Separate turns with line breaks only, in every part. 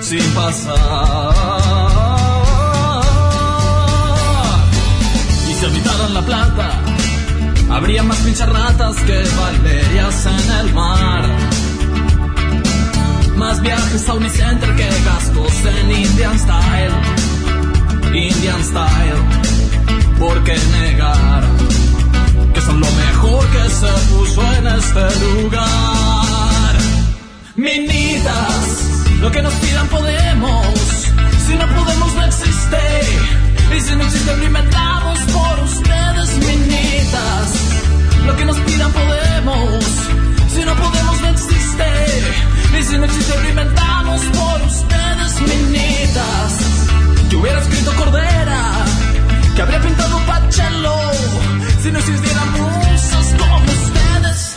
Sin pasar. Y si habitaran la plata, habría más pincharratas que valerias en el mar. Más viajes a Unicenter que gastos en Indian Style. Indian Style, ¿por qué negar? Que son lo mejor que se puso en este lugar. Minitas, lo que nos pidan podemos. Si no podemos, no existe. Y si no existe, lo inventamos por ustedes, minitas. Lo que nos pidan podemos. Si no podemos, no existe. Y si no existe, lo inventamos por ustedes, minitas. Yo hubiera escrito Cordera, que habría pintado Pachelo. Si no existieran musas como ustedes.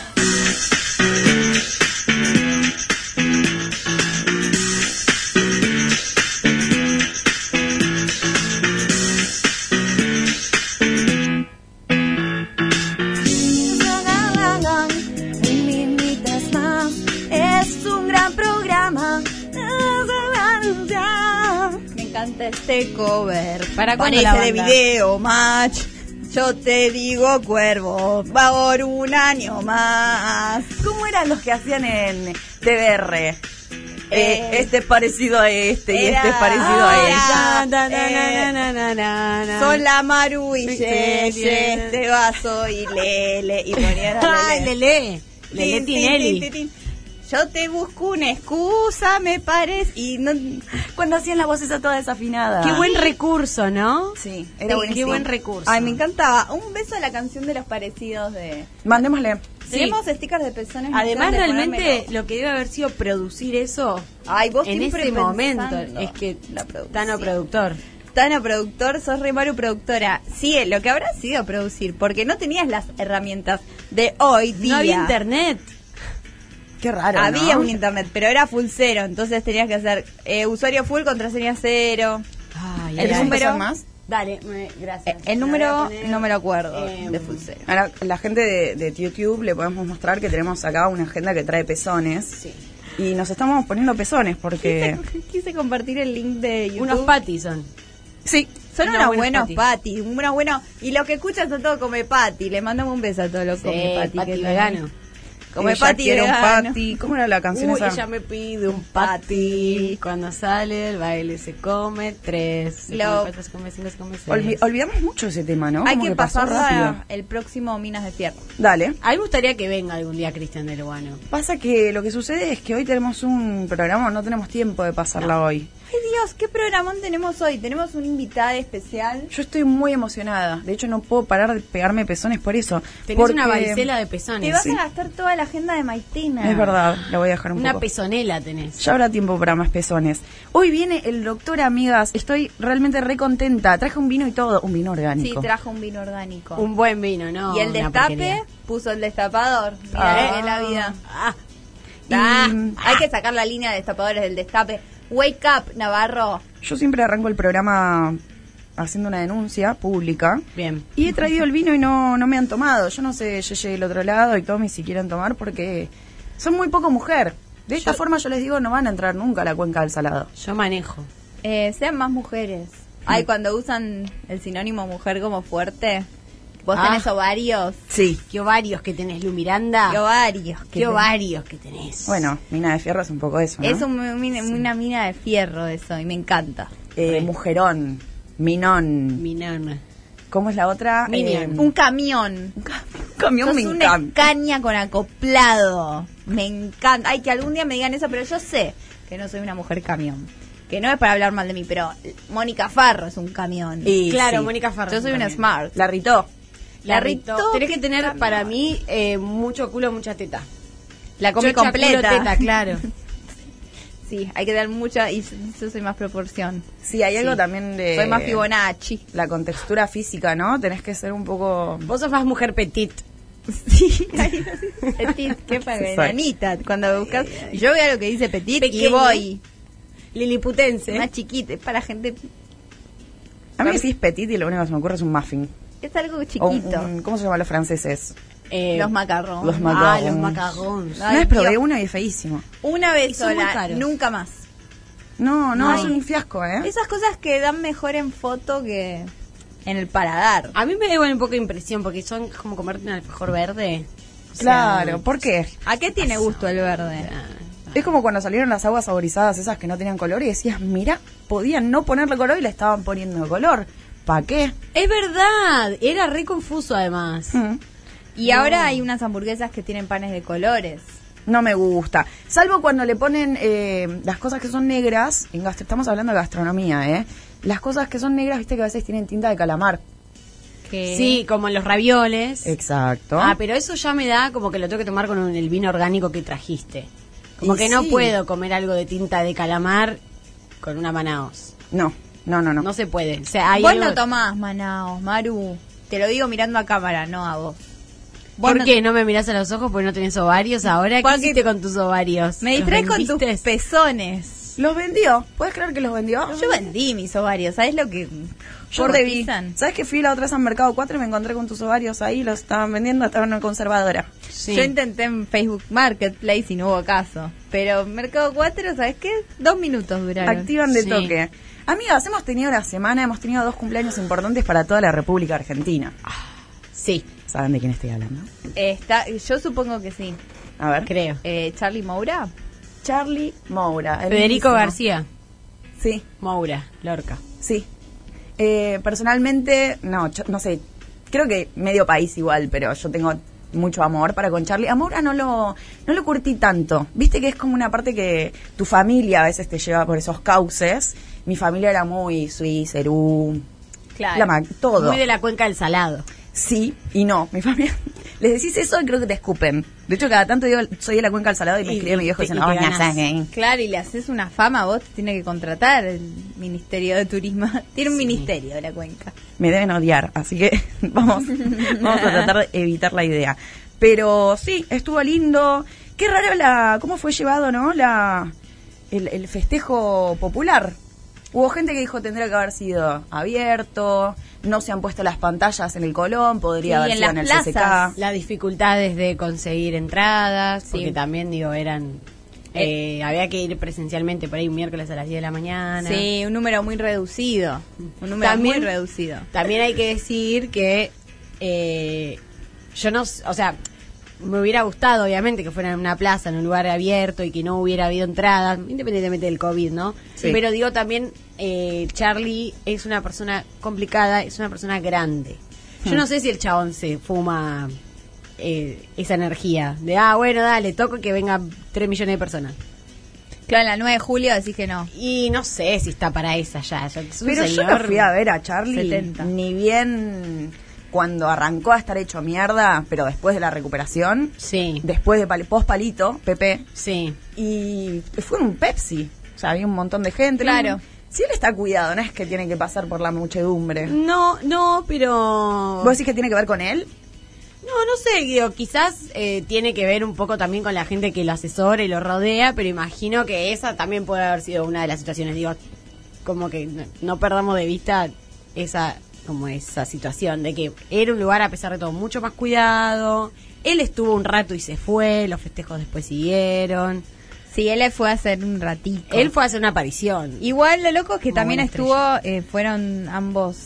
Un Minitas Más es un gran programa. Me encanta este cover.
¿Para cuándo la
Parece de
banda?
video, match. Yo te digo, cuervo, va por un año más.
¿Cómo eran los que hacían en TBR? Eh,
Eh,
este es parecido a este y
era-
este es parecido a
era-
ella.
Ah, na, na,
Eh,
na, Son la Maru y
Sí,
Ye,
sí,
Ye,
sí.
este vaso y Lele. Y ponían a
Ay,
Lele.
Lele.
Tin, tin, tin, tin, tin. Yo te busco una excusa, me parece. Y no,
Cuando hacían la voz esa toda desafinada.
Qué buen recurso, ¿no?
Sí,
era
sí,
buenísimo.
Qué buen recurso.
recurso.
Ay, me encantaba. Un beso a la canción de los parecidos de.
Mandémosle.
Tenemos stickers de personas.
Además,
de
realmente
ponérmelo.
eh, lo que debe haber sido producir eso
Ay, vos
en
siempre
ese momento
pensando.
es que
La producción.
Tano productor.
Tano productor, sos re Maru productora. Sí, eh, lo que habrá sido producir, porque no tenías las herramientas de hoy día.
No había internet.
Qué raro. ¿no?
Había un internet, pero era full cero, entonces tenías que hacer eh, usuario full, contraseña cero.
Ay,
¿Querés
El
ay, ay.
empezar
número-
más?
Dale, me- gracias.
El
La
número
voy a poner,
no me lo acuerdo
eh,
de full cero.
A la, a la gente de, de YouTube le podemos mostrar que tenemos acá una agenda que trae pezones.
Sí.
Y nos estamos poniendo pezones porque.
Quise compartir el link de YouTube.
eh, Unos patis son.
Sí.
Son
Unos
unos
buenos
buenos
patis.
patis, unos buenos. Y los que escuchan son todos come pati. Le mandamos un beso a todos los come pati. que
patis
están
vegano.
ahí. Come
Ella
pati
quiere un
vegano.
pati. ¿Cómo era la canción
Uy,
esa?
ella me pide un
pati.
pati. Cuando sale el baile se come tres. Se
Lo-
come cuatro, se come cinco, se come seis.
Olvi- olvidamos mucho ese tema, ¿no?
Hay
Como
que,
pasó
pasar
rápido.
el próximo Minas de Fierro.
Dale.
A mí me gustaría que venga algún día Cristian del Urbano.
Pasa que lo que sucede es que hoy tenemos un programa, no tenemos tiempo de pasarla hoy.
Ay Dios, qué programón tenemos hoy. Tenemos una invitada especial.
Yo estoy muy emocionada. De hecho, no puedo parar de pegarme pezones por eso.
Tenés
Porque-
una varicela de pezones.
Te vas
sí.
a gastar toda la agenda de Maitena.
Es verdad, la voy a dejar un
Una
poco.
pezonela tenés.
Ya habrá tiempo para más pezones. Hoy viene el doctor, amigas. Estoy realmente re contenta. Traje un vino y todo. Un vino
Sí,
orgánico.
trajo un vino orgánico.
Un buen vino, ¿no?
y el
una
destape
porquería.
puso el destapador. Mirá
Ah.
lo que es la vida.
Ah,
Y-
Ah, hay que sacar la línea de destapadores del destape. Wake up, Navarro.
Yo siempre arranco el programa haciendo una denuncia pública.
bien.
Y he traído el vino y no, no me han tomado. Yo no sé, Yeye del otro lado y Tommy si quieren tomar porque son muy poco mujer. De esta forma yo les digo, no van a entrar nunca a la cuenca del salado.
Yo manejo.
Eh, sean más mujeres.
Mm.
Ay, cuando usan el sinónimo mujer como fuerte, vos
Ah.
tenés ovarios.
Sí.
Qué ovarios que tenés, Lu Miranda.
Y ovarios. que
Qué
tenés.
ovarios que tenés.
Bueno, mina de fierro es un poco eso, ¿no?
Es un- una, una mina de fierro eso y me encanta.
Eh,
re.
mujerón, minón.
Mi nana.
¿Cómo es la otra?
Minion.
Eh,
Un camión.
un camión
Sos
me
una
encanta.
caña con acoplado. Me encanta. Ay, que algún día me digan eso, pero yo sé que no soy una mujer camión. Que no es para hablar mal de mí, pero Mónica Farro es un camión.
Y
claro,
sí.
Mónica Farro.
Yo soy una
también.
smart.
La ritó.
La
La
rito.
Rito
Tenés
que
que tener
está-
para mí eh, mucho culo, mucha teta.
La comí
Chocha, culo,
completa.
teta, claro.
sí, hay que dar mucha y yo soy más proporción.
Sí, hay algo
Sí.
también de...
Soy más Fibonacci.
La contextura física, ¿no? Tenés que ser un poco...
Vos sos más mujer petit.
Sí, ahí- Petit, qué Anita, cuando buscas. Yo veo lo que dice Petit y
Pequeño.
voy.
Liliputense.
Más chiquita, es para gente.
A mí me decís petit y lo único que se me ocurre es un muffin.
Es algo
O un-
chiquito.
un- ¿Cómo se llaman los franceses?
Eh,
los macarrones.
los macarrones.
Ah, los macarrones.
Ay,
Una vez probé
Dios.
uno y es feísimo.
Una
Y
vez
son muy
sola,
caros.
nunca más.
No, no,
Ay.
es un fiasco, ¿eh?
Esas cosas que dan mejor en foto que en el paladar.
A mí me da igual un poco de impresión porque son como comerte un alfajor verde. O sea,
Claro, ¿por qué?
¿A qué tiene gusto el verde?
Es como cuando salieron las aguas saborizadas esas que no tenían color y decías, mira, podían no ponerle color y le estaban poniendo color. ¿Para qué?
Es verdad, era re confuso además.
Mm.
Y ahora hay unas hamburguesas que tienen panes de colores.
No me gusta. Salvo cuando le ponen eh, las cosas que son negras, en gastro- estamos hablando de gastronomía, ¿eh? Las cosas que son negras, viste que a veces tienen tinta de calamar.
Que
Sí, como los ravioles.
Exacto.
Ah, pero eso ya me da como que lo tengo que tomar con un- el vino orgánico que trajiste. Como
Y
que no
sí.
puedo comer algo de tinta de calamar con una manaos.
No, no, no, no.
No se puede. O sea, hay
vos
algo-
no tomás Manaos, Maru. Te lo digo mirando a cámara, no a vos. Vos
¿Por
no-
qué no me miras a los ojos porque no tenés ovarios ahora? ¿Qué
Porque-
hiciste con tus ovarios?
Me
¿Los
distraes con tus
vendiste?
pezones.
Los vendió. ¿Puedes creer que los vendió?
Yo vendí mis ovarios, ¿sabes lo que
Yo debí.
cotizan?
¿Sabes que fui la otra vez al mercado 4 y me encontré con tus ovarios ahí? Los estaban vendiendo, estaban en una conservadora.
Sí.
Yo intenté en Facebook Marketplace y no hubo caso. Pero Mercado 4, ¿sabes qué? Dos minutos duraron.
Activan de
Sí.
toque. Amigas, hemos tenido una semana, hemos tenido dos cumpleaños importantes para toda la República Argentina.
Sí,
¿Saben de quién estoy hablando?
Está, yo supongo que sí.
A ver.
creo.
Eh, Charlie Moura.
Charlie Moura. el
Federico
mismísimo.
García,
Sí,
Moura, Lorca.
sí. Eh, personalmente, no, yo- no sé, creo que medio país igual, pero yo tengo mucho amor para con Charlie. A Moura no lo, no lo curtí tanto. Viste que es como una parte que tu familia a veces te lleva por esos cauces. Mi familia era muy suiza, Cerú,
Claro.
la Mac, todo.
Muy de la cuenca del salado.
Sí y no. Mi familia. Les decís eso y creo que te escupen. De hecho, cada tanto digo, soy de la cuenca del salado y me
Y-
escribe mi viejo
y te-
diciendo,
y te
"Oh, ya
ganás".
saben".
Claro, y le haces una fama, vos te tiene que contratar el Ministerio de Turismo. Tiene un ministerio de la cuenca.
me deben odiar, así que vamos, vamos a tratar de evitar la idea. Pero sí, estuvo lindo. Qué raro la, cómo fue llevado, ¿no? La, el, el festejo popular. Hubo gente que dijo tendría que haber sido abierto, no se han puesto las pantallas en el Colón, podría
Sí,
haber
en
sido en el
las
CCK.
plazas.
Las dificultades de conseguir entradas, porque
Sí.
también, digo, eran... eh, había que ir presencialmente por ahí un miércoles a las 10 de la mañana.
Sí, un número muy reducido. Un número
También-
muy reducido.
También hay que decir que eh, yo no, s- o sea, me hubiera gustado obviamente que fuera en una plaza, en un lugar abierto y que no hubiera habido entradas, independientemente del COVID, ¿no?
Sí.
Pero digo también, eh, Charlie es una persona complicada, es una persona grande. Yo no sé si el chabón se fuma eh, esa energía de, ah, bueno, dale, toco que vengan 3 millones de personas.
Claro, la 9 de julio decís que no.
Y no sé si está para esa ya. ya es un
Pero yo
señor.
no fui a ver a Charlie
70.
ni bien cuando arrancó a estar hecho mierda, pero después de la recuperación,
Sí,
después de pal- post palito, Pepe,
sí.
y fue un Pepsi. O sea, había un montón de gente.
Claro.
Si él está cuidado, no es que tiene que pasar por la muchedumbre.
No, no, pero...
¿Vos decís que tiene que ver con él?
No, no sé, digo, quizás eh, tiene que ver un poco también con la gente que lo asesora y lo rodea, pero imagino que esa también puede haber sido una de las situaciones, digo, como que no, no perdamos de vista esa como esa situación de que era un lugar a pesar de todo mucho más cuidado. Él estuvo un rato y se fue, los festejos después siguieron.
Sí, él fue a hacer un ratito.
Él fue a hacer una aparición. Y
Igual lo loco es que
Como
también
una
estuvo, eh, fueron ambos,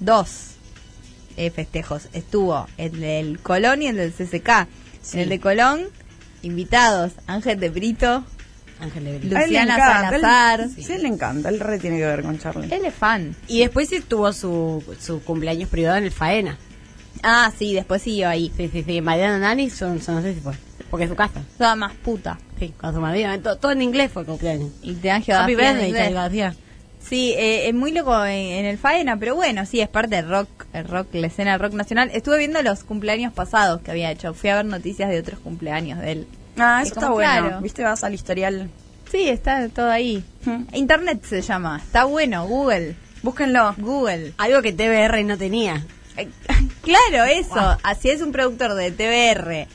dos eh, festejos. Estuvo el del Colón y el del CCK.
Sí.
En el de Colón, invitados, Ángel de Brito.
Ángel de Brito.
Luciana
A él le encanta,
Salazar.
él- sí, a él le encanta. Él re tiene que ver con Charlie.
Él es fan.
Y después sí tuvo su, su cumpleaños privado en el Faena.
Ah, sí, después siguió ahí.
Sí, sí, sí. Mariana Nani, son, son- no sé si fue. Porque es su casa.
Toda más puta.
Sí, con su marido. Todo, todo en inglés fue cumpleaños.
Y te dan
Happy
geografía en
birthday,
inglés.
Charlie García.
Sí, eh, es muy loco en, en el Faena, pero bueno, sí, es parte del rock, el rock, la escena del rock nacional. Estuve viendo los cumpleaños pasados que había hecho. Fui a ver noticias de otros cumpleaños de él.
Ah,
Es
eso
como
está bueno.
claro.
Viste, vas al historial.
Sí, está todo ahí.
Ujú.
Internet se llama. Está bueno, Google.
Búsquenlo.
Google.
Algo que TBR no tenía.
Eh, claro, eso. Así es un productor de TBR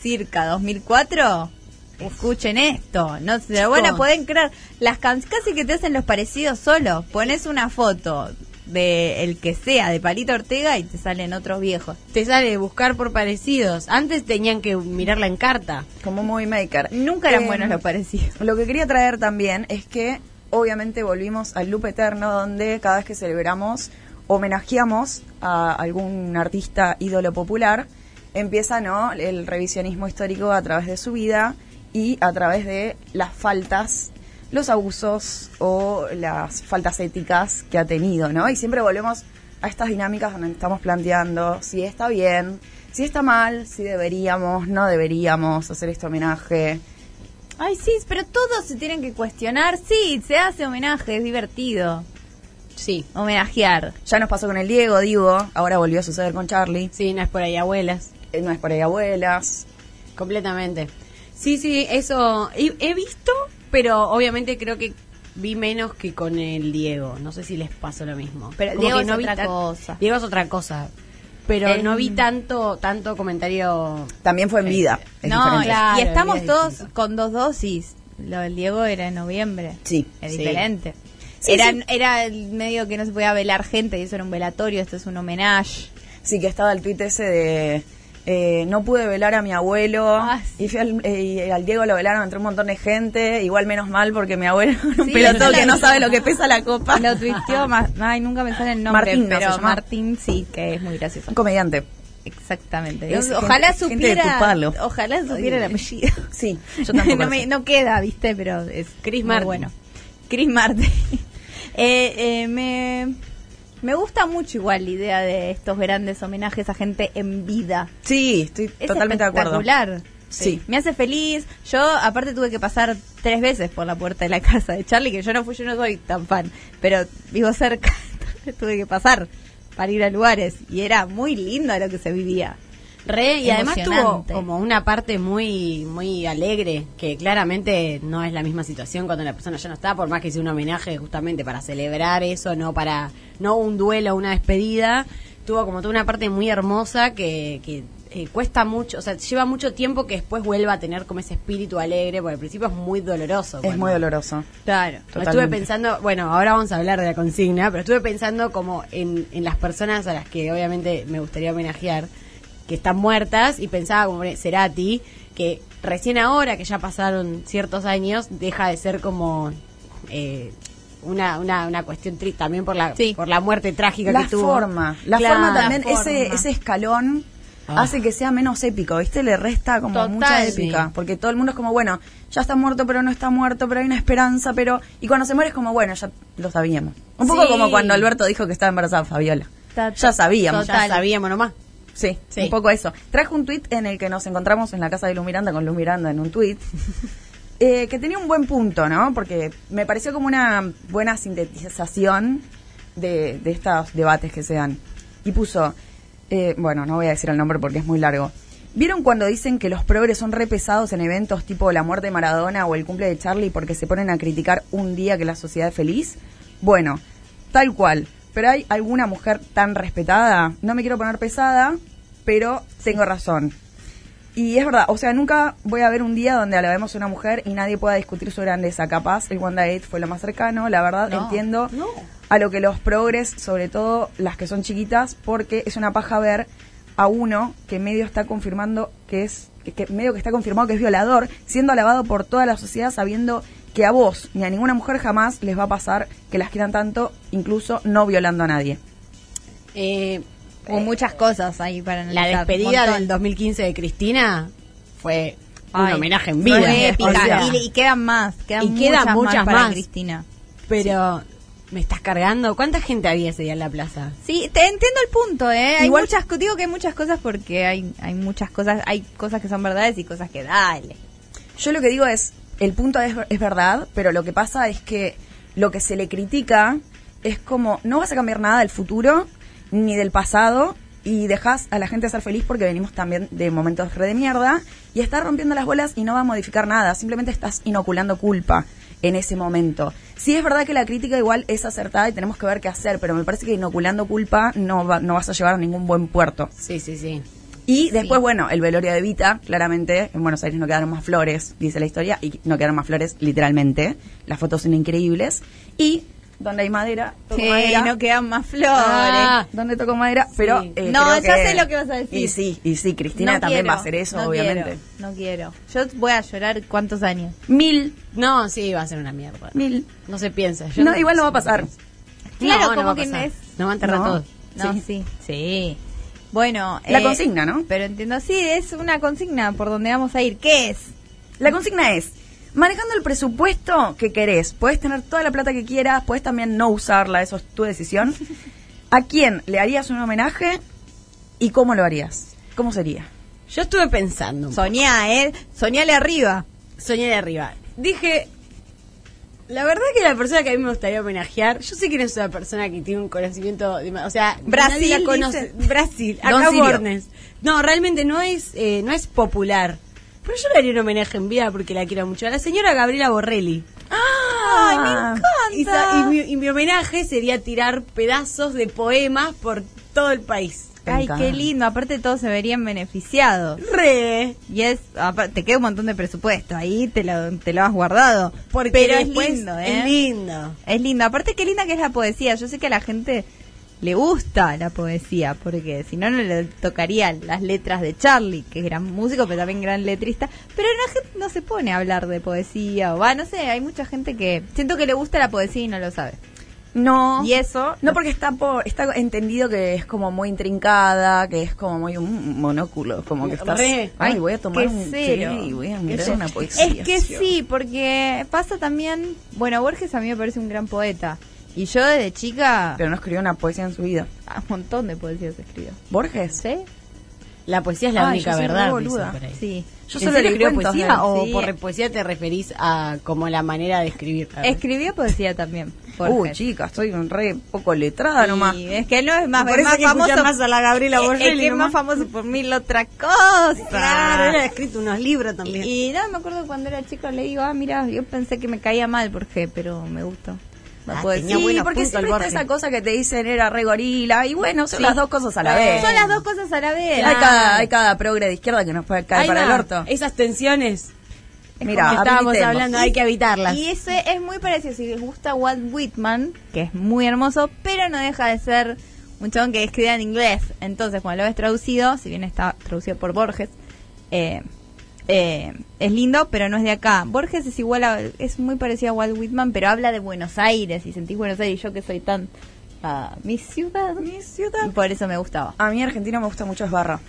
circa 2004. Escuchen esto, no se lo van a
Chicos.
poder creer. Las can- casi que te hacen los parecidos solo. Pones una foto de el que sea, de Palito Ortega, y te salen otros viejos.
Te sale buscar por parecidos. Ah, Antes tenían que mirarla en carta.
Como movie maker.
Nunca eran
Eh,
buenos los parecidos.
Lo que quería traer también es que obviamente volvimos al loop eterno donde cada vez que celebramos, homenajeamos a algún artista ídolo popular, empieza ¿no? el revisionismo histórico a través de su vida y a través de las faltas, los abusos o las faltas éticas que ha tenido, ¿no? Y siempre volvemos a estas dinámicas donde estamos planteando si está bien, si está mal, si deberíamos, no deberíamos hacer este homenaje.
Ay, sí, pero todos se tienen que cuestionar. Sí, se hace homenaje, es divertido.
Sí.
Homenajear.
Ya nos pasó con el Diego, digo. Ahora volvió a suceder con Charlie.
Sí, no es por ahí, abuelas.
Eh, No es por ahí abuelas.
Completamente. Sí, sí, eso he, he visto, pero obviamente creo que vi menos que con el Diego. No sé si les pasó lo mismo.
Pero el
Como
Diego
que
es
vi
otra
tan-
cosa.
Diego es otra cosa. Pero
El-
no vi tanto tanto comentario.
Em, También
eh,
fue en vida. Es
no,
diferente.
claro,
y estamos
es
todos
distinto.
con dos dosis. Lo del Diego era en noviembre.
Sí.
Es
Sí.
diferente.
Sí,
era,
sí.
era el medio que no se podía velar gente y eso era un velatorio, esto es un homenaje.
Sí, que estaba el tuit ese de. eh, no pude velar a mi abuelo.
Ah, sí.
Y fui al, eh, y al Diego lo velaron entre un montón de gente. Igual menos mal porque mi abuelo era un
Sí,
pelotón
eso
que
lo-
no sabe lo que pesa la copa.
Lo tuiteó, Ma- ay, nunca me sale el nombre,
Martín, ¿no se
pero
llama?
Martín sí, que es muy gracioso.
Un comediante.
Exactamente.
Es
ojalá
gente- gente de
supiera,
tu palo. ¿eh?
ojalá supiera el apellido.
Sí, yo
no,
tampoco.
no
lo
me-
sé.
no queda, viste, pero es
Chris
muy
Martin.
bueno. Chris Martin. Eh, eh, me, me gusta mucho igual la idea de estos grandes homenajes a gente en vida.
Sí, estoy
Es
totalmente de acuerdo.
espectacular.
Sí.
Me hace feliz. Yo, aparte, tuve que pasar tres veces por la puerta de la casa de Charlie, que yo no fui, yo no soy tan fan, pero vivo cerca, entonces tuve que pasar para ir a lugares y era muy lindo lo que se vivía.
Re, y además tuvo
Emocionante.
como una parte muy muy alegre, que claramente no es la misma situación cuando la persona ya no está, por más que sea un homenaje justamente para celebrar eso, no para no un duelo, una despedida. Tuvo como toda una parte muy hermosa que, que, eh, cuesta mucho, o sea, lleva mucho tiempo que después vuelva a tener como ese espíritu alegre, porque al principio es muy doloroso.
Es
cuando-
muy doloroso.
Claro.
Totalmente.
Estuve pensando, bueno, ahora vamos a hablar de la consigna, pero estuve pensando como en, en las personas a las que obviamente me gustaría homenajear, que están muertas, y pensaba como poner Cerati, que recién ahora, que ya pasaron ciertos años, deja de ser como eh, una, una, una cuestión triste también por la,
Sí.
por la muerte trágica
la
que tuvo.
forma la
Claro.
forma también
La forma.
ese ese escalón
Ah.
hace que sea menos épico viste le resta como
Total,
mucha épica
sí.
porque todo el mundo es como bueno ya está muerto pero no está muerto pero hay una esperanza pero y cuando se muere es como bueno ya lo sabíamos un poco
Sí.
como cuando Alberto dijo que estaba embarazada Fabiola
Ta-
ya sabíamos
Ya
Total.
sabíamos nomás.
Sí,
Sí.
un poco eso. Traje un tuit en el que nos encontramos en la casa de Lu Miranda con Lu Miranda en un tuit, eh, que tenía un buen punto, ¿no? Porque me pareció como una buena sintetización de, de estos debates que se dan. Y puso, eh, bueno, no voy a decir el nombre porque es muy largo. ¿Vieron cuando dicen que los progres son repesados en eventos tipo la muerte de Maradona o el cumple de Charlie porque se ponen a criticar un día que la sociedad es feliz? Bueno, Tal cual. Pero hay alguna mujer tan respetada. No me quiero poner pesada, pero tengo razón. Y es verdad, o sea, nunca voy a ver un día donde alabemos a una mujer y nadie pueda discutir su grandeza. Capaz, el Wanda 8 fue lo más cercano, la verdad,
No,
entiendo a lo que los progres, sobre todo las que son chiquitas, porque es una paja ver a uno que medio está confirmando que es, que, que medio que está confirmado que es violador, siendo alabado por toda la sociedad sabiendo que a vos ni a ninguna mujer jamás les va a pasar que las quieran tanto, incluso no violando a nadie.
Eh,
Hubo muchas cosas ahí para
la
analizar.
despedida
Montón.
del 2015 de Cristina fue un
Ay,
homenaje en vida.
¿eh?
fue épica.
O sea,
y, y quedan más, quedan
Y quedan
muchas,
muchas
más, para
más.
Cristina.
Pero me estás cargando. ¿Cuánta gente había ese día en la plaza?
Sí, te entiendo el punto, ¿eh? Hay
Igual-
muchas, co- digo que hay muchas cosas porque hay, hay muchas cosas, hay cosas que son verdades y cosas que dale.
Yo lo que digo es, el punto es, es verdad, pero lo que pasa es que lo que se le critica es como, no vas a cambiar nada del futuro ni del pasado y dejas a la gente ser feliz porque venimos también de momentos re de mierda y estás rompiendo las bolas y no va a modificar nada, simplemente estás inoculando culpa. en ese momento. Sí es verdad que la crítica igual es acertada y tenemos que ver qué hacer, pero me parece que inoculando culpa no, va- no vas a llevar a ningún buen puerto.
Sí, sí, sí.
Y después, bueno, el velorio de Vita, claramente, en Buenos Aires no quedaron más flores, dice la historia, y no quedaron más flores, literalmente. Las fotos son increíbles. Y donde hay madera, toco
Sí,
madera.
no quedan más flores.
Ah,
donde tocó madera, pero... eh,
No,
creo
ya sé lo que vas a decir.
Y sí, y sí, Cristina
No
también
quiero,
va a hacer eso,
no
obviamente.
quiero, no quiero. Yo voy a llorar cuántos años.
Mil,
No, sí, va a ser una mierda.
mil.
No se piensa. yo
No, igual no va a pasar.
no
Claro, como
va a
que no
pasar.
es-
Nos va a enterrar
No.
todo.
No, sí. Sí. Bueno. eh,
La consigna, ¿no?
Pero entiendo, sí, es una consigna por donde vamos a ir. ¿Qué es?
La consigna es, manejando el presupuesto que querés, puedes tener toda la plata que quieras, puedes también no usarla, eso es tu decisión. ¿A quién le harías un homenaje y cómo lo harías? ¿Cómo sería?
Yo estuve pensando. un poco.
Soñá, ¿eh? Soñale arriba.
Soñé de arriba. Dije, la verdad que la persona que a mí me gustaría homenajear, yo sé que no es una persona que tiene un conocimiento, de ma- o sea,
Brasil,
nadie la conoce.
dice.
Brasil,
Don
acá
Sirio.
Bornes. No, realmente no es, eh, no es popular. Pero yo le haría un homenaje en vida porque la quiero mucho. A la señora Gabriela Borrelli. Ah.
¡Ay, me encanta!
Y, sa- y mi, y mi homenaje sería tirar pedazos de poemas por todo el país.
Me
Ay,
encanta.
qué lindo. Aparte todos se verían beneficiados.
Re.
Y es, apa- te queda un montón de presupuesto. Ahí te lo, te lo has guardado.
Porque
pero es
después
lindo, ¿eh?
Es lindo.
Es lindo. Aparte, qué linda que es la poesía. Yo sé que a la gente le gusta la poesía, porque si no, no le tocaría las letras de Charlie, que es gran músico, pero también gran letrista. Pero la gente no se pone a hablar de poesía o va, no sé, hay mucha gente que siento que le gusta la poesía y no lo sabe.
No.
Y eso,
No porque está por, está entendido que es como muy intrincada, que es como muy un monóculo, como que estás.
Re.
Ay, voy a tomar
Qué
un
cero.
sí, voy a
Qué
mirar
cero.
una poesía.
Es que sí, porque pasa también, bueno, Borges a mí me parece un gran poeta. Y yo desde chica,
Pero no escribió una poesía en su vida.
un montón de poesías escribo.
Borges.
¿Sí?
La poesía es la
Ay,
única
yo soy re
verdad.
boluda.
dicen por ahí.
Sí.
Yo
¿En
solo
serio
leí
escribo
cuentos de
poesía
él.
o
Sí.
por poesía te referís a como la manera de escribir? A ver.
Escribió poesía también.
Uy,
Borges.
chica, estoy re poco letrada nomás.
Y es que él no es más,
Por
es
eso
más
que escuchás
famoso. eh,
más a la Gabriela
es-
Borrelli
es que es
nomás.
más famoso por mil otra cosa.
Claro, él ha escrito unos libros también.
Y no, me acuerdo cuando era chico le digo, ah, mira, yo pensé que me caía mal Borges, pero me gustó. La
Ah,
poesía.
tenía
Pues Sí,
buenos
porque
puntos el
siempre está
Borges.
esa cosa que te dicen era re gorila y bueno, son
Sí.
las dos cosas a la
Bueno.
vez.
Son las dos cosas a la vez.
Hay cada, hay cada progre de izquierda que nos puede caer
Ahí
para
va.
el orto.
Esas tensiones
Mira,
que estábamos
habilitemos.
hablando, hay que evitarlas.
Y ese es muy parecido. Si les gusta Walt Whitman, que es muy hermoso, pero no deja de ser un chabón que escribe en inglés. Entonces, cuando lo ves traducido, si bien está traducido por Borges, eh, eh, es lindo, pero no es de acá. Borges es igual a, es muy parecido a Walt Whitman, pero habla de Buenos Aires. Y sentís Buenos Aires, y yo que soy tan. ah, mi ciudad.
Mi ciudad.
Y por eso me gustaba.
A mí Argentina me gusta mucho Esbarra.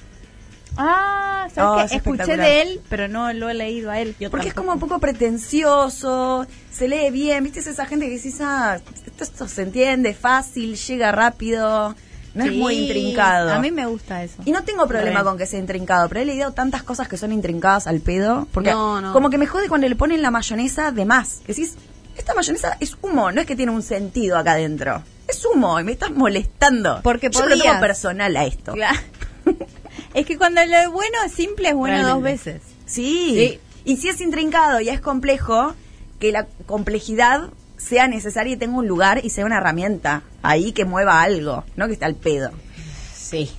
Ah,
Oh,
¿sabes
es
qué? Escuché
espectacular.
de él, pero no lo he leído a él.
Porque es como un poco pretencioso, se lee bien, viste, es esa gente que decís, ah, esto, esto se entiende fácil, llega rápido, no es
Sí,
muy intrincado.
A mí me gusta eso.
Y no tengo problema
Re.
con que sea intrincado, pero he leído tantas cosas que son intrincadas al pedo. Porque
No, no.
como que me jode cuando le ponen la mayonesa de más. Que decís, esta mayonesa es humo, no es que tiene un sentido acá adentro. Es humo y me estás molestando.
Porque
Yo me lo tomo
podías.
personal a esto.
Claro. es que cuando lo bueno es simple, es bueno
Realmente.
dos veces.
Sí.
Sí.
Y si es intrincado y es complejo, que la complejidad sea necesaria y tenga un lugar y sea una herramienta ahí que mueva algo, no que está al pedo.
Sí.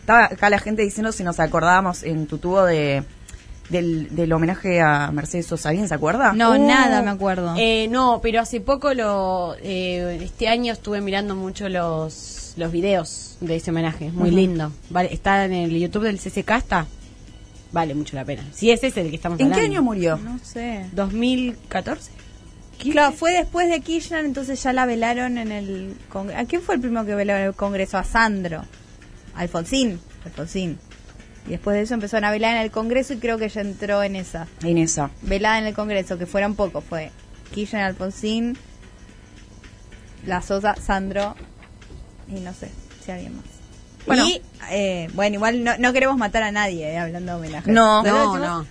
Estaba acá la gente diciendo si nos acordábamos en tu tubo de, del, del homenaje a Mercedes Sosa. ¿Alguien se acuerda? Uh.
No, nada me acuerdo.
Ah, uh. Eh, no, pero hace poco lo eh, este año estuve mirando mucho los los videos de ese homenaje, es muy lindo. Vale, está en el YouTube del CCK está. Vale mucho la pena. Si ese es el que estamos
¿En qué
hablando.
año murió?
No sé.
2014.
Claro, fue después de Kirchner, entonces ya la velaron en el cong- ¿A quién fue el primero que veló en el Congreso? A Sandro. Alfonsín. Alfonsín. Y después de eso empezaron a velar en el Congreso y creo que ya entró en esa.
En esa.
Velada en el Congreso, que fueron pocos, fue Kirchner, Alfonsín, La Sosa, Sandro y no sé si alguien más.
Bueno.
y, eh, bueno, igual no, no queremos matar a nadie eh, hablando de homenaje.
No,
Solo
no,
decimos,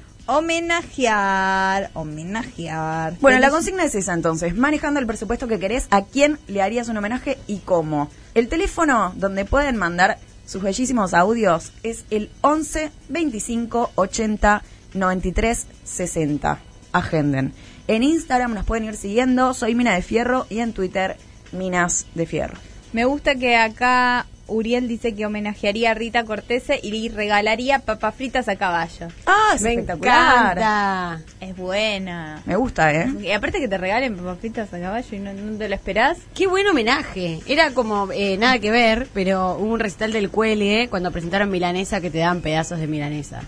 Homenajear, homenajear.
Bueno, la
Tenés-
consigna es esa entonces. Manejando el presupuesto que querés, ¿a quién le harías un homenaje y cómo? El teléfono donde pueden mandar sus bellísimos audios es el 11 25 80 93 60. agenden. En Instagram nos pueden ir siguiendo, soy Mina de Fierro y en Twitter Minas de Fierro.
Me gusta que acá Uriel dice que homenajearía a Rita Cortese y le regalaría papas fritas a caballo.
Ah, es
Me
espectacular.
encanta.
Es buena.
Me gusta, ¿eh?
Y aparte que te regalen papas fritas a caballo y no, no te lo esperás.
Qué buen homenaje. Era como eh, nada que ver, pero hubo un recital del Cuele cuando presentaron Milanesa que te daban pedazos de Milanesa.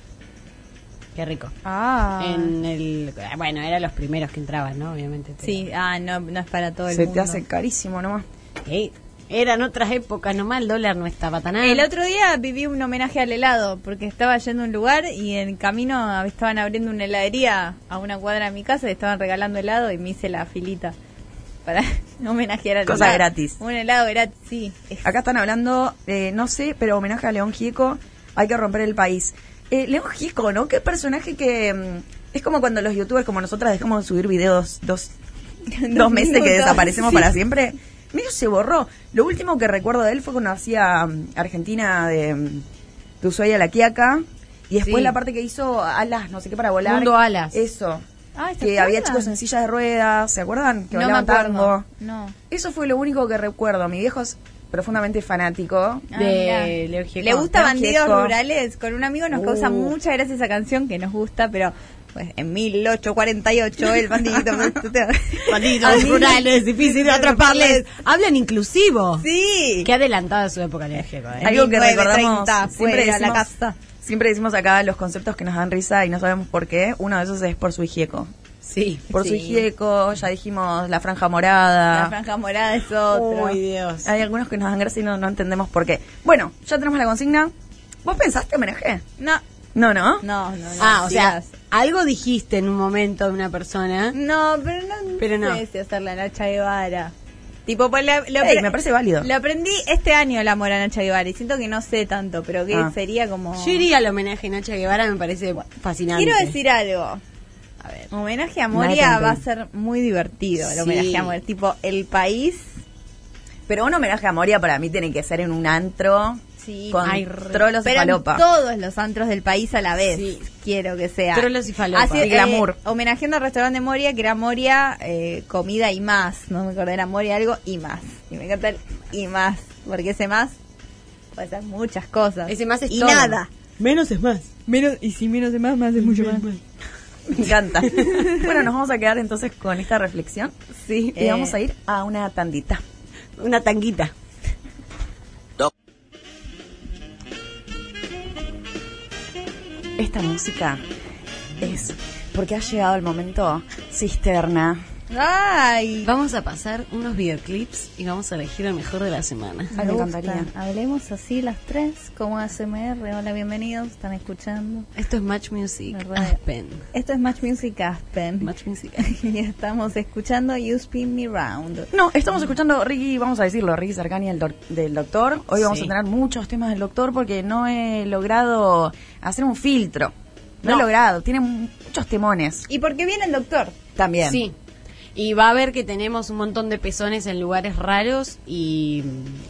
Qué rico.
Ah.
En el, bueno, eran los primeros que entraban, ¿no? Obviamente. pero-
Sí, ah, no, no es para todo el
Se
mundo.
te hace carísimo nomás.
Sí. Eran otras épocas nomás, el dólar no estaba tan alto.
El otro día viví un homenaje al helado, porque estaba yendo a un lugar y en camino estaban abriendo una heladería a una cuadra de mi casa y estaban regalando helado y me hice la filita para homenajear al
Cosa
helado.
gratis.
Un helado gratis, sí.
Acá están hablando, eh, no sé, pero homenaje a León Gieco, hay que romper el país. Eh, León Gieco, ¿no? Qué personaje que... mm, es como cuando los youtubers como nosotras dejamos de subir videos dos, dos meses que
minutos,
desaparecemos
sí.
para siempre. Medio se borró. Lo último que recuerdo de él fue cuando hacía mm, Argentina de, mm, de Ushuaia a la Quiaca. Y después
Sí.
la parte que hizo alas, no sé qué, para volar.
Mundo Alas.
Eso.
Ah, ¿se
que había
acuerdan?
chicos en sillas de ruedas, ¿se acuerdan? Que
no me
bailaban
acuerdo.
tango.
No.
Eso fue lo único que recuerdo. Mi viejo es profundamente fanático.
Ah,
de
mirá.
Leo Gieco.
Le gusta
Leo
Bandidos
Gieco.
Rurales. Con un amigo nos causa
Uh.
mucha gracia esa canción que nos gusta, pero pues en 1848 el bandidito.
Bandidos rurales, difícil de atraparles. Hablan inclusivo.
Sí.
Qué adelantada su época Leo Gieco, ¿eh?
Ay,
Algo que
19,
recordamos
30,
siempre
fuera,
decimos,
a la casa.
siempre decimos acá los conceptos que nos dan risa y no sabemos por qué. Uno de esos es por su hijieco.
Sí.
Por su hijieco, ya dijimos la franja morada.
La franja morada es otro.
Uy, Dios.
Hay algunos que nos dan gracia y no, no entendemos por qué. Bueno, ya tenemos la consigna. ¿Vos pensaste homenaje?
No,
No, no.
no, no. no,
Ah, o sea,
sigas.
algo dijiste en un momento de una persona.
No, pero no,
Pero no.
sé si hacer la Nacha Guevara. Tipo, pues, la- lo,
Ey,
apre-
me parece válido.
lo aprendí este año la mora Nacha Guevara y siento que no sé tanto, pero que
Ah.
sería como...
Yo iría al homenaje a Nacha Guevara, me parece fascinante.
Quiero decir algo. A ver, homenaje a Moria
Nada
va a
contenta.
ser muy divertido, el
Sí.
homenaje a Moria. Tipo, el país...
Pero un homenaje a Moria para mí tiene que ser en un antro.
Sí,
con
ay, re-
trolos y
pero en
falopa.
todos los antros del país a la vez.
Sí.
Quiero que sea.
Trolos y falopa.
Así, eh,
Y glamour.
homenajeando al restaurante Moria, que era Moria, eh, comida y más. No me acuerdo, era Moria algo y más. Y me encanta el y más. Porque ese más puede ser muchas cosas.
Ese más es
Y
todo.
nada.
Menos es más.
Menos, y si menos es más, más es mucho más.
Me encanta. bueno, nos vamos a quedar entonces con esta reflexión.
Sí.
Y vamos a ir a una tandita.
eh, Una tanguita.
Esta música es porque ha llegado el momento cisterna.
Ay.
Vamos a pasar unos videoclips y vamos a elegir el mejor de la semana.
Ay, me encantaría.
Hablemos así las tres, como ASMR. Hola, bienvenidos. Están escuchando.
Esto es Match Music
Verdad.
Aspen.
Esto es Match Music Aspen.
Match Music.
y estamos escuchando You Spin Me Round.
No, estamos escuchando Ricky, vamos a decirlo, Ricky Cercani el doc- del doctor. Hoy vamos
Sí.
a tener muchos temas del doctor porque no he logrado hacer un filtro. No,
No.
he logrado, tiene muchos temones
¿Y por qué viene el doctor?
también.
Sí. Y va a ver que tenemos un montón de pezones en lugares raros y,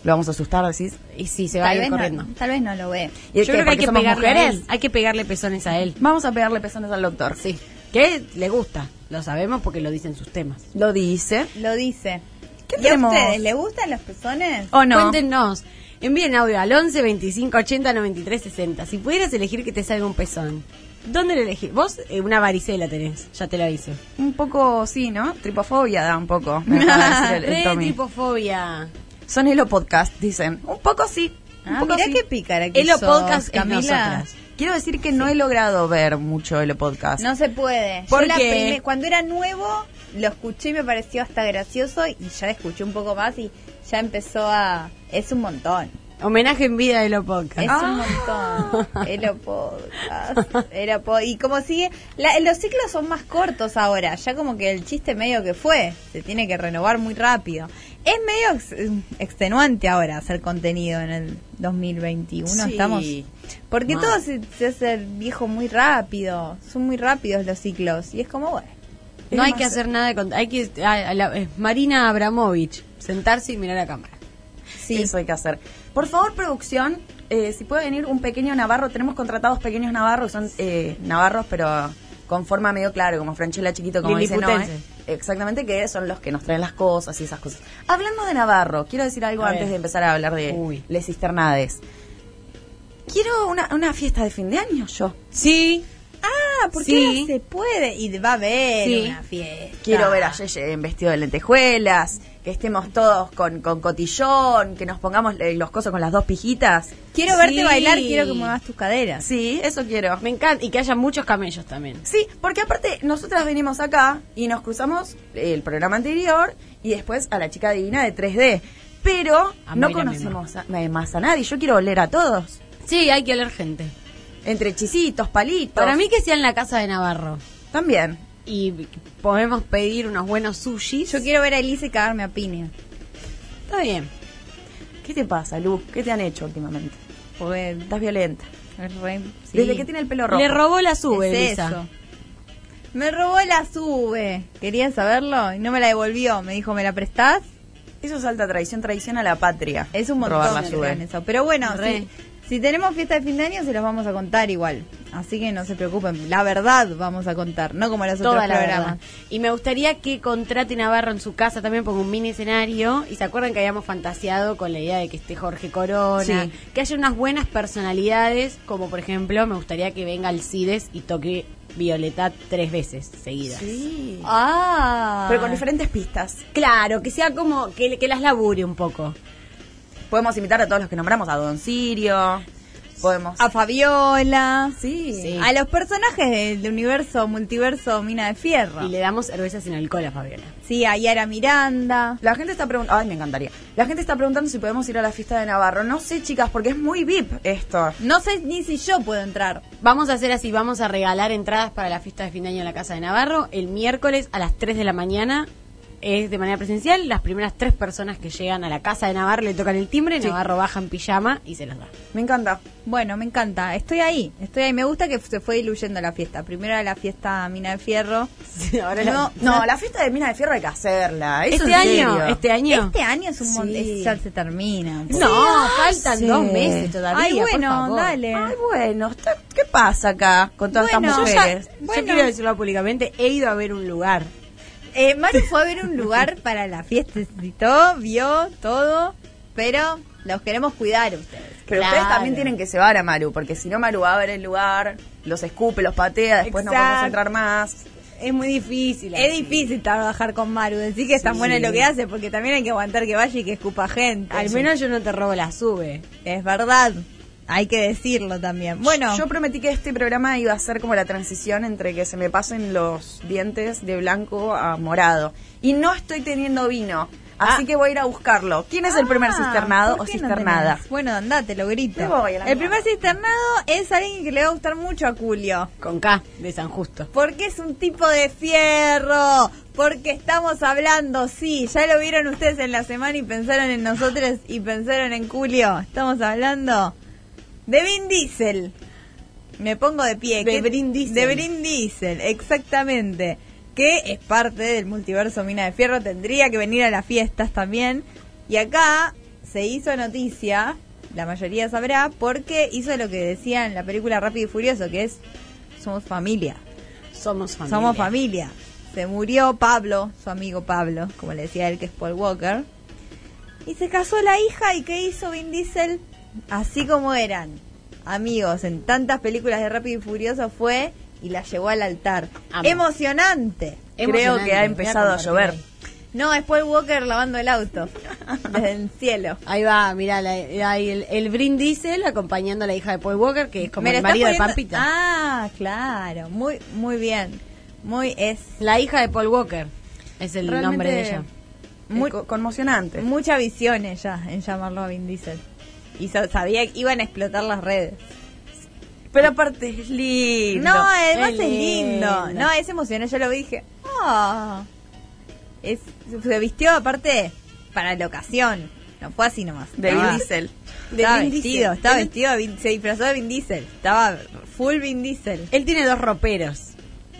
Lo vamos a asustar, decís.
y sí, se va a ir corriendo.
no, tal vez no lo ve.
¿Y
Yo creo
es
que hay
porque
que
somos
pegarle a él.
mujeres?
Hay que pegarle pezones a él.
Vamos a pegarle pezones al doctor.
Sí. Que le gusta. Lo sabemos porque lo dicen sus temas.
Lo dice.
Lo dice.
¿Qué
¿Y
tenemos?
a ustedes le gustan los pezones?
¿O no?
Cuéntenos. Envíen audio al 11 25 80 93 60. Si pudieras elegir que te salga un pezón, ¿dónde lo elegís? Vos eh, una varicela tenés, ya te lo aviso.
Un poco, sí, ¿no? Tripofobia da un poco. me acaba de decir el- el
Re
Tommy.
tripofobia.
Son Elo Podcast, dicen. Un poco sí. Un
Ah,
poco
mirá
sí.
qué pícara que
Es lo
sos,
podcast es
Camila.
nosotras.
Quiero decir que no he logrado ver mucho Elo Podcast.
No se puede. Yo
¿Por
la
qué?
prime- cuando era nuevo, lo escuché y me pareció hasta gracioso y ya escuché un poco más y ya empezó a... Es un montón.
Homenaje en vida de lo podcast.
Es un
Ah.
montón. Era podcast. Era po- y como sigue, la- los ciclos son más cortos ahora. Ya como que el chiste medio que fue, se tiene que renovar muy rápido. Es medio ex- extenuante ahora hacer contenido en el 2021.
Sí.
Estamos. Porque
Mal.
todo se, se hace viejo muy rápido. Son muy rápidos los ciclos. Y es como, bueno.
No hay que hacer nada de cont- hay que ah, la- eh, Marina Abramovich, sentarse y mirar a cámara.
Sí.
Eso hay que hacer. Por favor, producción, eh, si puede venir un pequeño navarro. Tenemos contratados pequeños navarros, son eh, navarros, pero con forma medio claro, como Franchella chiquito, como dice Noé.
Liliputense.
Exactamente, que son los que nos traen las cosas y esas cosas. Hablando de Navarro, quiero decir algo
A
antes
ver.
de empezar a hablar de
Uy.
Les Cisternades. Quiero una, una fiesta de fin de año yo.
Sí.
Ah, porque
Sí.
ahora se puede. Y va a haber
Sí.
una fiesta.
Quiero ver a Yeye en vestido de lentejuelas, que estemos todos con, con cotillón, que nos pongamos eh, los cosos con las dos pijitas.
Quiero verte
Sí.
bailar, quiero que muevas tus caderas.
Sí, eso quiero.
Me encanta. Y que haya muchos camellos también.
Sí, porque aparte nosotras venimos acá y nos cruzamos eh, el programa anterior y después a la chica divina de 3D. Pero
Amo
no
ir a mi
conocemos a- eh, más a nadie. Yo quiero oler a todos.
Sí, hay que oler gente.
Entre chisitos, palitos.
Para mí que sea en la casa de Navarro.
También.
Y podemos pedir unos buenos sushis.
Yo quiero ver a Elise cagarme a piña.
Está bien.
¿Qué te pasa, Luz? ¿Qué te han hecho últimamente?
Porque
Estás violenta.
es re- sí.
Desde que tiene el pelo rojo.
Le robó la sube,
Es
Elisa.
eso. Me robó la sube. Quería saberlo y no me la devolvió. Me dijo, ¿me la prestás?
Eso es alta traición, traición a la patria.
Es un montón
Robar la
que
sube.
hagan eso. Pero bueno,
Re.
si, si tenemos fiesta de fin de año, se los vamos a contar igual. Así que no se preocupen. La verdad vamos a contar, no como los
Toda
otros
la
programas.
verdad. Y me gustaría que contrate Navarro en su casa también ponga un mini escenario. Y se acuerdan que habíamos fantaseado con la idea de que esté Jorge Corona,
Sí.
que haya unas buenas personalidades, como por ejemplo, me gustaría que venga Alcides y toque Violeta tres veces seguidas.
Sí.
Ah.
Pero con diferentes pistas.
Claro, que sea como que, que las labure un poco.
Podemos invitar a todos los que nombramos, a Don Sirio. Podemos.
A Fabiola.
sí.
Sí.
A los personajes del universo, multiverso, mina de fierro.
Y le damos cerveza sin alcohol a Fabiola.
Sí, a Yara Miranda.
La gente está preguntando, ay, me encantaría. La gente está preguntando si podemos ir a la fiesta de Navarro. No sé, chicas, porque es muy VIP esto.
No sé ni si yo puedo entrar.
Vamos a hacer así, vamos a regalar entradas para la fiesta de fin de año en la Casa de Navarro el miércoles a las 3 de la mañana. Es de manera presencial, las primeras tres personas que llegan a la casa de Navarro le tocan el timbre, Navarro baja en pijama y se los da.
Me encanta.
Bueno, me encanta. Estoy ahí, estoy ahí. Me gusta que se fue diluyendo la fiesta. Primero era la fiesta Mina de Fierro.
Ahora
No,
la-
no, la fiesta de Mina de Fierro hay que hacerla. Eso
este
en
año,
serio.
este año.
Este año es un mon-
Sí.
es- ya se termina.
No, faltan
sí.
dos meses todavía.
Ay,
por
bueno,
favor.
dale.
Ay, bueno, está- ¿qué pasa acá con todas
Bueno,
estas
Yo, ya-
mujeres?
yo
Bueno.
quiero decirlo públicamente, he ido a ver un lugar.
Eh, Maru fue a ver un lugar para la fiesta, y todo, vio todo, pero los queremos cuidar ustedes.
Pero ustedes
Claro.
también tienen que llevar a Maru, porque si no, Maru va a ver el lugar, los escupe, los patea, después no podemos
Exacto.
entrar más.
Es muy difícil.
Es difícil trabajar con Maru, decir que es tan
Sí.
bueno en lo que hace, porque también hay que aguantar que vaya y que escupa gente.
Al menos yo no te robo la sube.
Es verdad, hay que decirlo también. Bueno,
Yo prometí que este programa iba a ser como la transición entre que se me pasen los dientes de blanco a morado. Y no estoy teniendo vino, así que voy a ir a buscarlo. ¿Quién es el primer
Ah,
cisternado
¿por
o
qué no
cisternada?
tenés? bueno, andate, lo grito.
Me voy a la
el
mierda.
primer cisternado es alguien que le va a gustar mucho a Julio.
Con K, de San Justo.
Porque es un tipo de fierro. Porque estamos hablando, sí. Ya lo vieron ustedes en la semana y pensaron en nosotros y pensaron en Julio. Estamos hablando de Vin Diesel. Me pongo de pie.
De
¿Qué-
Vin Diesel.
De Vin Diesel, exactamente. Que es parte del multiverso Mina de Fierro. Tendría que venir a las fiestas también. Y acá se hizo noticia, la mayoría sabrá, porque hizo lo que decía en la película Rápido y Furioso, que es somos familia.
Somos familia.
Somos familia. Se murió Pablo, su amigo Pablo, como le decía él, que es Paul Walker. Y se casó la hija y ¿qué hizo Vin Diesel? Así como eran amigos en tantas películas de Rápido y Furioso fue y la llevó al altar.
Amo.
Emocionante.
Creo que ha empezado a llover.
No, es Paul Walker lavando el auto desde el cielo.
Ahí va, mirá, la- ahí el, el Brin Diesel acompañando a la hija de Paul Walker, que es como
Me
el
lo estás
marido de
poniendo-
Pampita.
Ah, claro. Muy, muy bien. Muy es
La hija de Paul Walker es el
Realmente
nombre de ella.
Muy co- conmocionante.
Mucha visión ella en llamarlo a Vin Diesel. Y so- sabía que iban a explotar las redes.
Pero aparte es lindo.
no, además
es
es lindo.
lindo.
No, es emocionante. Yo lo vi y dije, "Ah". Es, se vistió aparte para la ocasión. No fue así nomás.
de
Estaba-
Vin Diesel.
Estaba
De Vin
vestido,
Diesel.
estaba
Él-
vestido, de Vin- se disfrazó de Vin Diesel. Estaba full Vin Diesel.
Él tiene dos roperos.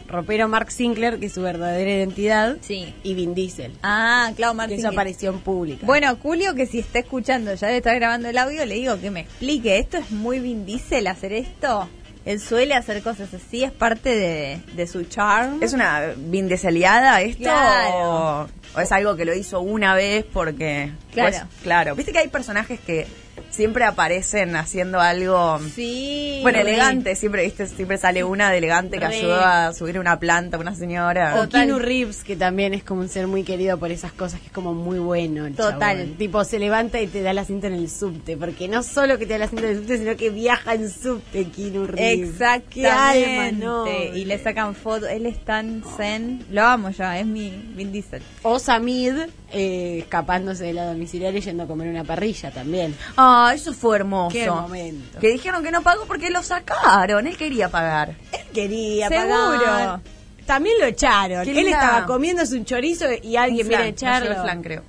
Ropero Mark Sinclair, que es su verdadera identidad,
Sí.
y Vin Diesel,
Ah, claro,
que
Martín.
es su aparición pública.
Bueno, Julio, que si está escuchando, ya le está grabando el audio, le digo que me explique. ¿Esto es muy Vin Diesel hacer esto? Él suele hacer cosas así, es parte de, de su charm.
¿Es una vindesaliada esto?
Claro.
¿O es algo que lo hizo una vez porque...
Claro.
pues, claro. Viste que hay personajes que siempre aparecen haciendo algo...
Sí.
Bueno,
re.
elegante, siempre, viste, siempre sale una de elegante que
Re.
ayuda a subir una planta, una señora.
O Keanu Reeves, que también es como un ser muy querido por esas cosas, que es como muy bueno. el
Total.
chabón. Tipo, se levanta y te da la cinta en el subte, porque no solo que te da la cinta en el subte, sino que viaja en subte, Keanu Reeves. Qué alma,
Exactamente.
no.
Y le sacan fotos. Él es tan zen. Lo amo ya, es mi Vin Diesel.
O Samid eh, escapándose de la domiciliaria y yendo a comer una parrilla también.
Ah, eso fue hermoso.
Qué momento.
Que dijeron que no pagó porque lo sacaron. Él quería pagar.
Él quería
Seguro.
pagar. También lo echaron.
Qué
Él
linda.
estaba comiéndose un chorizo y alguien
Un
viene a
flan, no
echarlo. Ah.
llegó el flan, creo.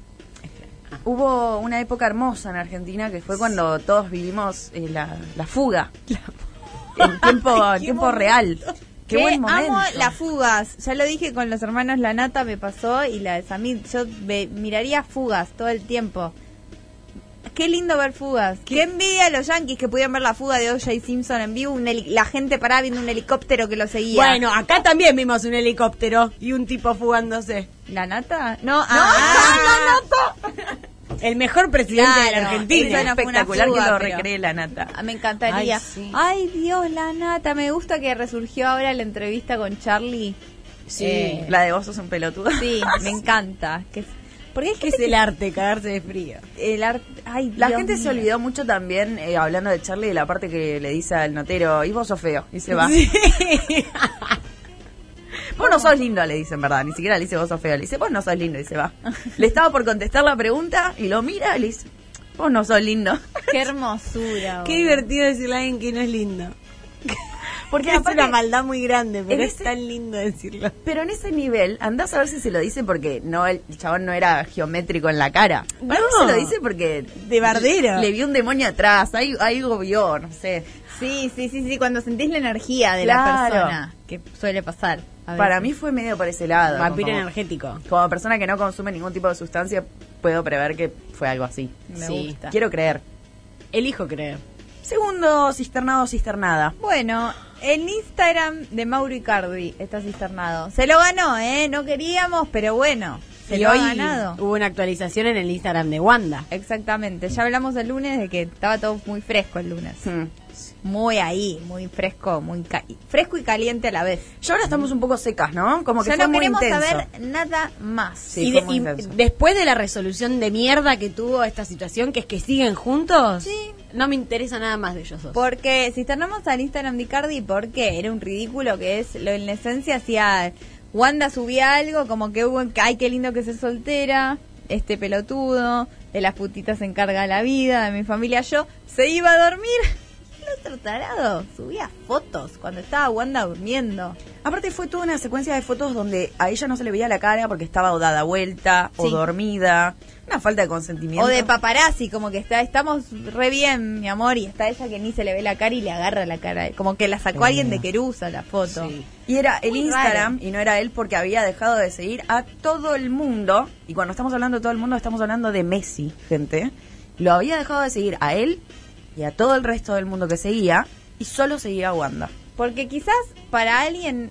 Hubo una época hermosa en Argentina que fue cuando todos vivimos eh, la, la fuga. En tiempo, en tiempo real. Qué
Que
buen momento.
Amo las fugas. Ya lo dije con los hermanos La Nata, me pasó. Y la de Samid. Yo ve- miraría fugas todo el tiempo. Qué lindo ver fugas. Qué, envidia los yankees que pudieron ver la fuga de O.J. Simpson en vivo. un heli- la gente parada viendo un helicóptero que lo seguía.
Bueno, acá también vimos un helicóptero y un tipo fugándose.
¿La Nata? No, ah,
El mejor presidente de
Claro,
la Argentina.
eso no-
espectacular
Fue una
que
fuga,
lo
pero-
recree la nata.
Ah, Me encantaría. Ah, Ay,
Ay, sí.
Dios, la nata. Me gusta que resurgió ahora la entrevista con Charlie.
Sí.
Eh,
La de vos sos un pelotudo.
sí, me encanta. Que, porque es
¿Qué
que
es el arte? Cagarse de frío.
el arte. Ay,
La
Dios
gente se
mío.
olvidó mucho también, eh, hablando de Charlie, de la parte que le dice al notero, y vos sos feo, y se va.
Sí.
Vos no sos lindo, le dice en verdad, ni siquiera le dice vos sos feo, le dice vos no sos lindo, y se va. Le estaba por contestar la pregunta y lo mira y le dice, vos no sos lindo.
Qué hermosura.
Qué
boludo.
divertido decirle a alguien que no es lindo.
Porque
es
aparte-
una maldad muy grande, pero
en
es
ese-
tan lindo decirlo.
Pero en ese nivel, andás a ver si se lo dice porque no el chabón no era geométrico en la cara. Para mí
No.
se lo dice porque...
De bardero.
Le, vio un demonio atrás, ahí- algo vio, no sé.
Sí, sí, sí, sí. Cuando sentís la energía de la
Claro.
persona, que suele pasar. a veces.
Para mí fue medio por ese lado.
Vampiro
como-
energético.
Como persona que no consume ningún tipo de sustancia, puedo prever que fue algo así.
me
sí.
gusta.
Quiero creer.
Elijo creer.
Segundo, cisternado, cisternada.
Bueno, el Instagram de Mauro Icardi está cisternado. Se lo ganó, ¿eh? No queríamos, pero bueno. Se
y
lo
hoy
ha ganado.
hubo una actualización en el Instagram de Wanda.
Exactamente, ya hablamos el lunes de que estaba todo muy fresco el lunes.
Hmm.
Muy ahí, muy fresco, muy ca- fresco y caliente a la vez.
Y ahora estamos un poco secas, ¿no? Como que
ya
fue
no
muy
queremos
intenso.
saber nada más.
Sí,
y,
fue
de-
muy
y
intenso.
después de la resolución de mierda que tuvo esta situación, que es que siguen juntos,
Sí.
no me interesa nada más de ellos dos.
Porque cisternamos al Instagram de Icardi porque era un ridículo que es, lo en esencia hacía, Wanda subía algo como que hubo, ay qué lindo que se soltera, este pelotudo, de las putitas se encarga la vida, de mi familia yo, se iba a dormir. El otro tarado subía fotos cuando estaba Wanda durmiendo.
Aparte fue toda una secuencia de fotos donde a ella no se le veía la cara porque estaba o dada vuelta o
Sí.
dormida. Una falta de consentimiento.
O de paparazzi, como que está, estamos re bien, mi amor, y está ella que ni se le ve la cara y le agarra la cara. Como que la sacó alguien de Querusa la foto.
Sí.
Y era el
Muy
Instagram y no era él porque había dejado de seguir a todo el mundo. Y cuando estamos hablando de todo el mundo, estamos hablando de Messi, gente. Lo había dejado de seguir a él y a todo el resto del mundo que seguía. Y solo seguía a Wanda.
Porque quizás para alguien,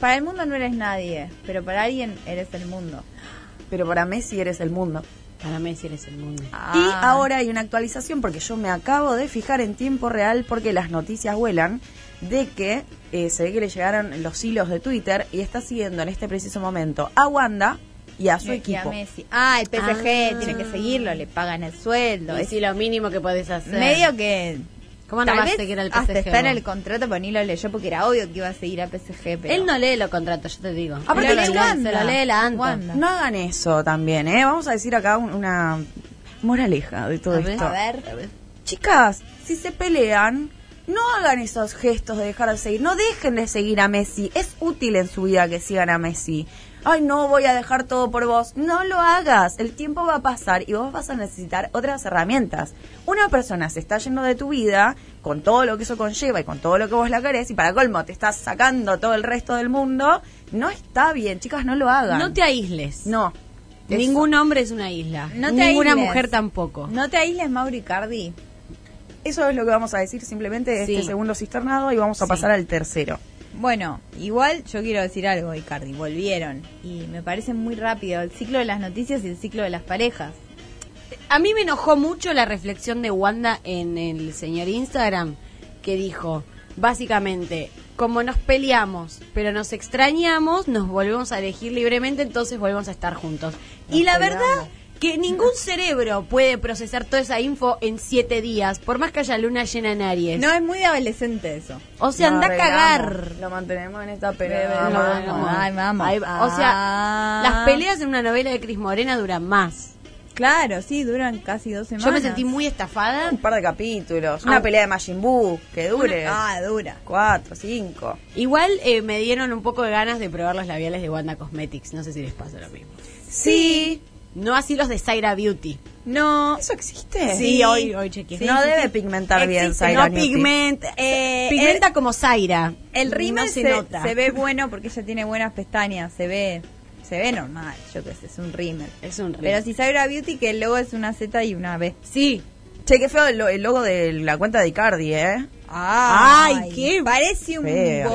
para el mundo no eres nadie, pero para alguien eres el mundo.
Pero para Messi eres el mundo.
Para Messi eres el mundo.
Y
Ah.
ahora hay una actualización porque yo me acabo de fijar en tiempo real porque las noticias vuelan de que eh, se ve que le llegaron los hilos de Twitter y está siguiendo en este preciso momento a Wanda y a su
Y a
equipo.
Messi. Ah, el PSG
Ah.
tiene que seguirlo, le pagan el sueldo.
Y
Es
si lo mínimo que podés hacer.
medio que.
¿Cómo no
tal
vas a
vez
seguir al
Hasta
PSG
está en
vos?
el contrato, pero ni lo leyó porque era obvio que iba a seguir a PSG. Pero... Ah,
Él no lee los contratos, yo te digo.
Aparte
Él
que
lo
es
lee,
Wanda.
se lo lee la Anta.
Wanda.
No hagan eso también, ¿eh? Vamos a decir acá un- una moraleja de todo
A ver.
esto.
A ver. A ver.
Chicas, si se pelean, no hagan esos gestos de dejar de seguir. No dejen de seguir a Messi. Es útil en su vida que sigan a Messi. Ay, no voy a dejar todo por vos. No lo hagas. El tiempo va a pasar y vos vas a necesitar otras herramientas. Una persona se está yendo de tu vida con todo lo que eso conlleva y con todo lo que vos la querés y para colmo te estás sacando todo el resto del mundo. No está bien, chicas, no lo hagan.
No te aísles.
No. Eso.
Ningún hombre es una isla.
No te
Ninguna
aísles.
mujer tampoco.
No te aísles, Mauro Icardi.
Eso es lo que vamos a decir simplemente de
Sí.
este segundo cisternado y vamos a
Sí.
pasar al tercero.
Bueno, igual yo quiero decir algo, Icardi. Volvieron. Y me parece muy rápido el ciclo de las noticias y el ciclo de las parejas.
A mí me enojó mucho la reflexión de Wanda en el señor Instagram, que dijo, básicamente, como nos peleamos, pero nos extrañamos, nos volvemos a elegir libremente, entonces volvemos a estar juntos. y la verdad que ningún cerebro puede procesar toda esa info en siete días, por más que haya luna llena en Aries.
No, es muy de adolescente eso.
o sea,
Lo
anda a
arreglamos,
cagar.
Lo mantenemos en esta
No,
pelea.
no, no. Ay, mamá.
Ay, o sea,
Ah.
las peleas en una novela de Cris Morena duran más.
Claro, sí, duran casi dos semanas.
Yo me sentí muy estafada.
Un par de capítulos. Una
Ah.
pelea de Majin Buu que dure.
Ah, dura.
Cuatro, cinco.
Igual eh, me dieron un poco de ganas de probar los labiales de Wanda Cosmetics. No sé si les pasa lo mismo.
Sí.
No así los de Zaira Beauty.
No.
¿Eso existe?
Sí, hoy- hoy chequeé.
no
sí,
debe
sí.
pigmentar bien
Existe,
no
Zaira Newton.
pigmenta. eh, pigmenta como Zaira.
El rímel
No
se,
nota.
se ve bueno porque ella tiene buenas pestañas, se ve se ve normal, yo qué sé, es un rímel.
Es un rímel.
Pero si Sagra Beauty que el logo es una Z y una B.
Sí.
Che, qué feo el, lo- el logo de la cuenta de Icardi, ¿eh?
Ay, qué
Parece un
feo.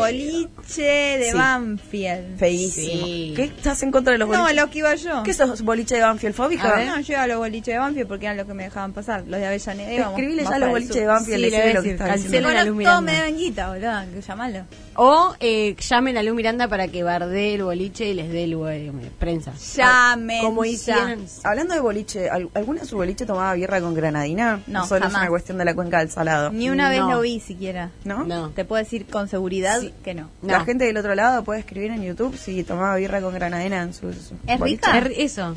boliche de
Sí.
Banfield.
Feísimo.
Sí.
¿Qué estás en contra de los
No,
boliches?
lo que iba yo.
¿Qué sos boliche de Banfield
A
fóbica?
ver.
No, yo iba a los boliches de Banfield porque eran los que me dejaban pasar, los de Avellaneda. íbamos
Escribile
más
ya
para
a los
el
boliches
sur.
de Banfield,
Sí,
decirle
le voy a
lo que
decir,
estás
Si
diciendo.
cancelen. Cancela la
conozco,
Luz
todo
Miranda.
me deben guita, boludo, que llamalo.
O eh, llamen a Lu Miranda para que bardee el boliche y les dé el eh, prensa.
Llamen
Como
ya.
hicieron.
Hablando de boliche, ¿al- ¿alguna de su boliche tomaba birra con granadina?
No,
Solo es
jamás.
una cuestión de la cuenca del salado.
Ni una vez
No.
lo vi siquiera.
¿No?
No.
Te puedo decir con seguridad que no.
La
No.
gente del otro lado puede escribir en YouTube si tomaba birra con granadina en sus sus
¿Es
boliches.
rica?
Er- Eso.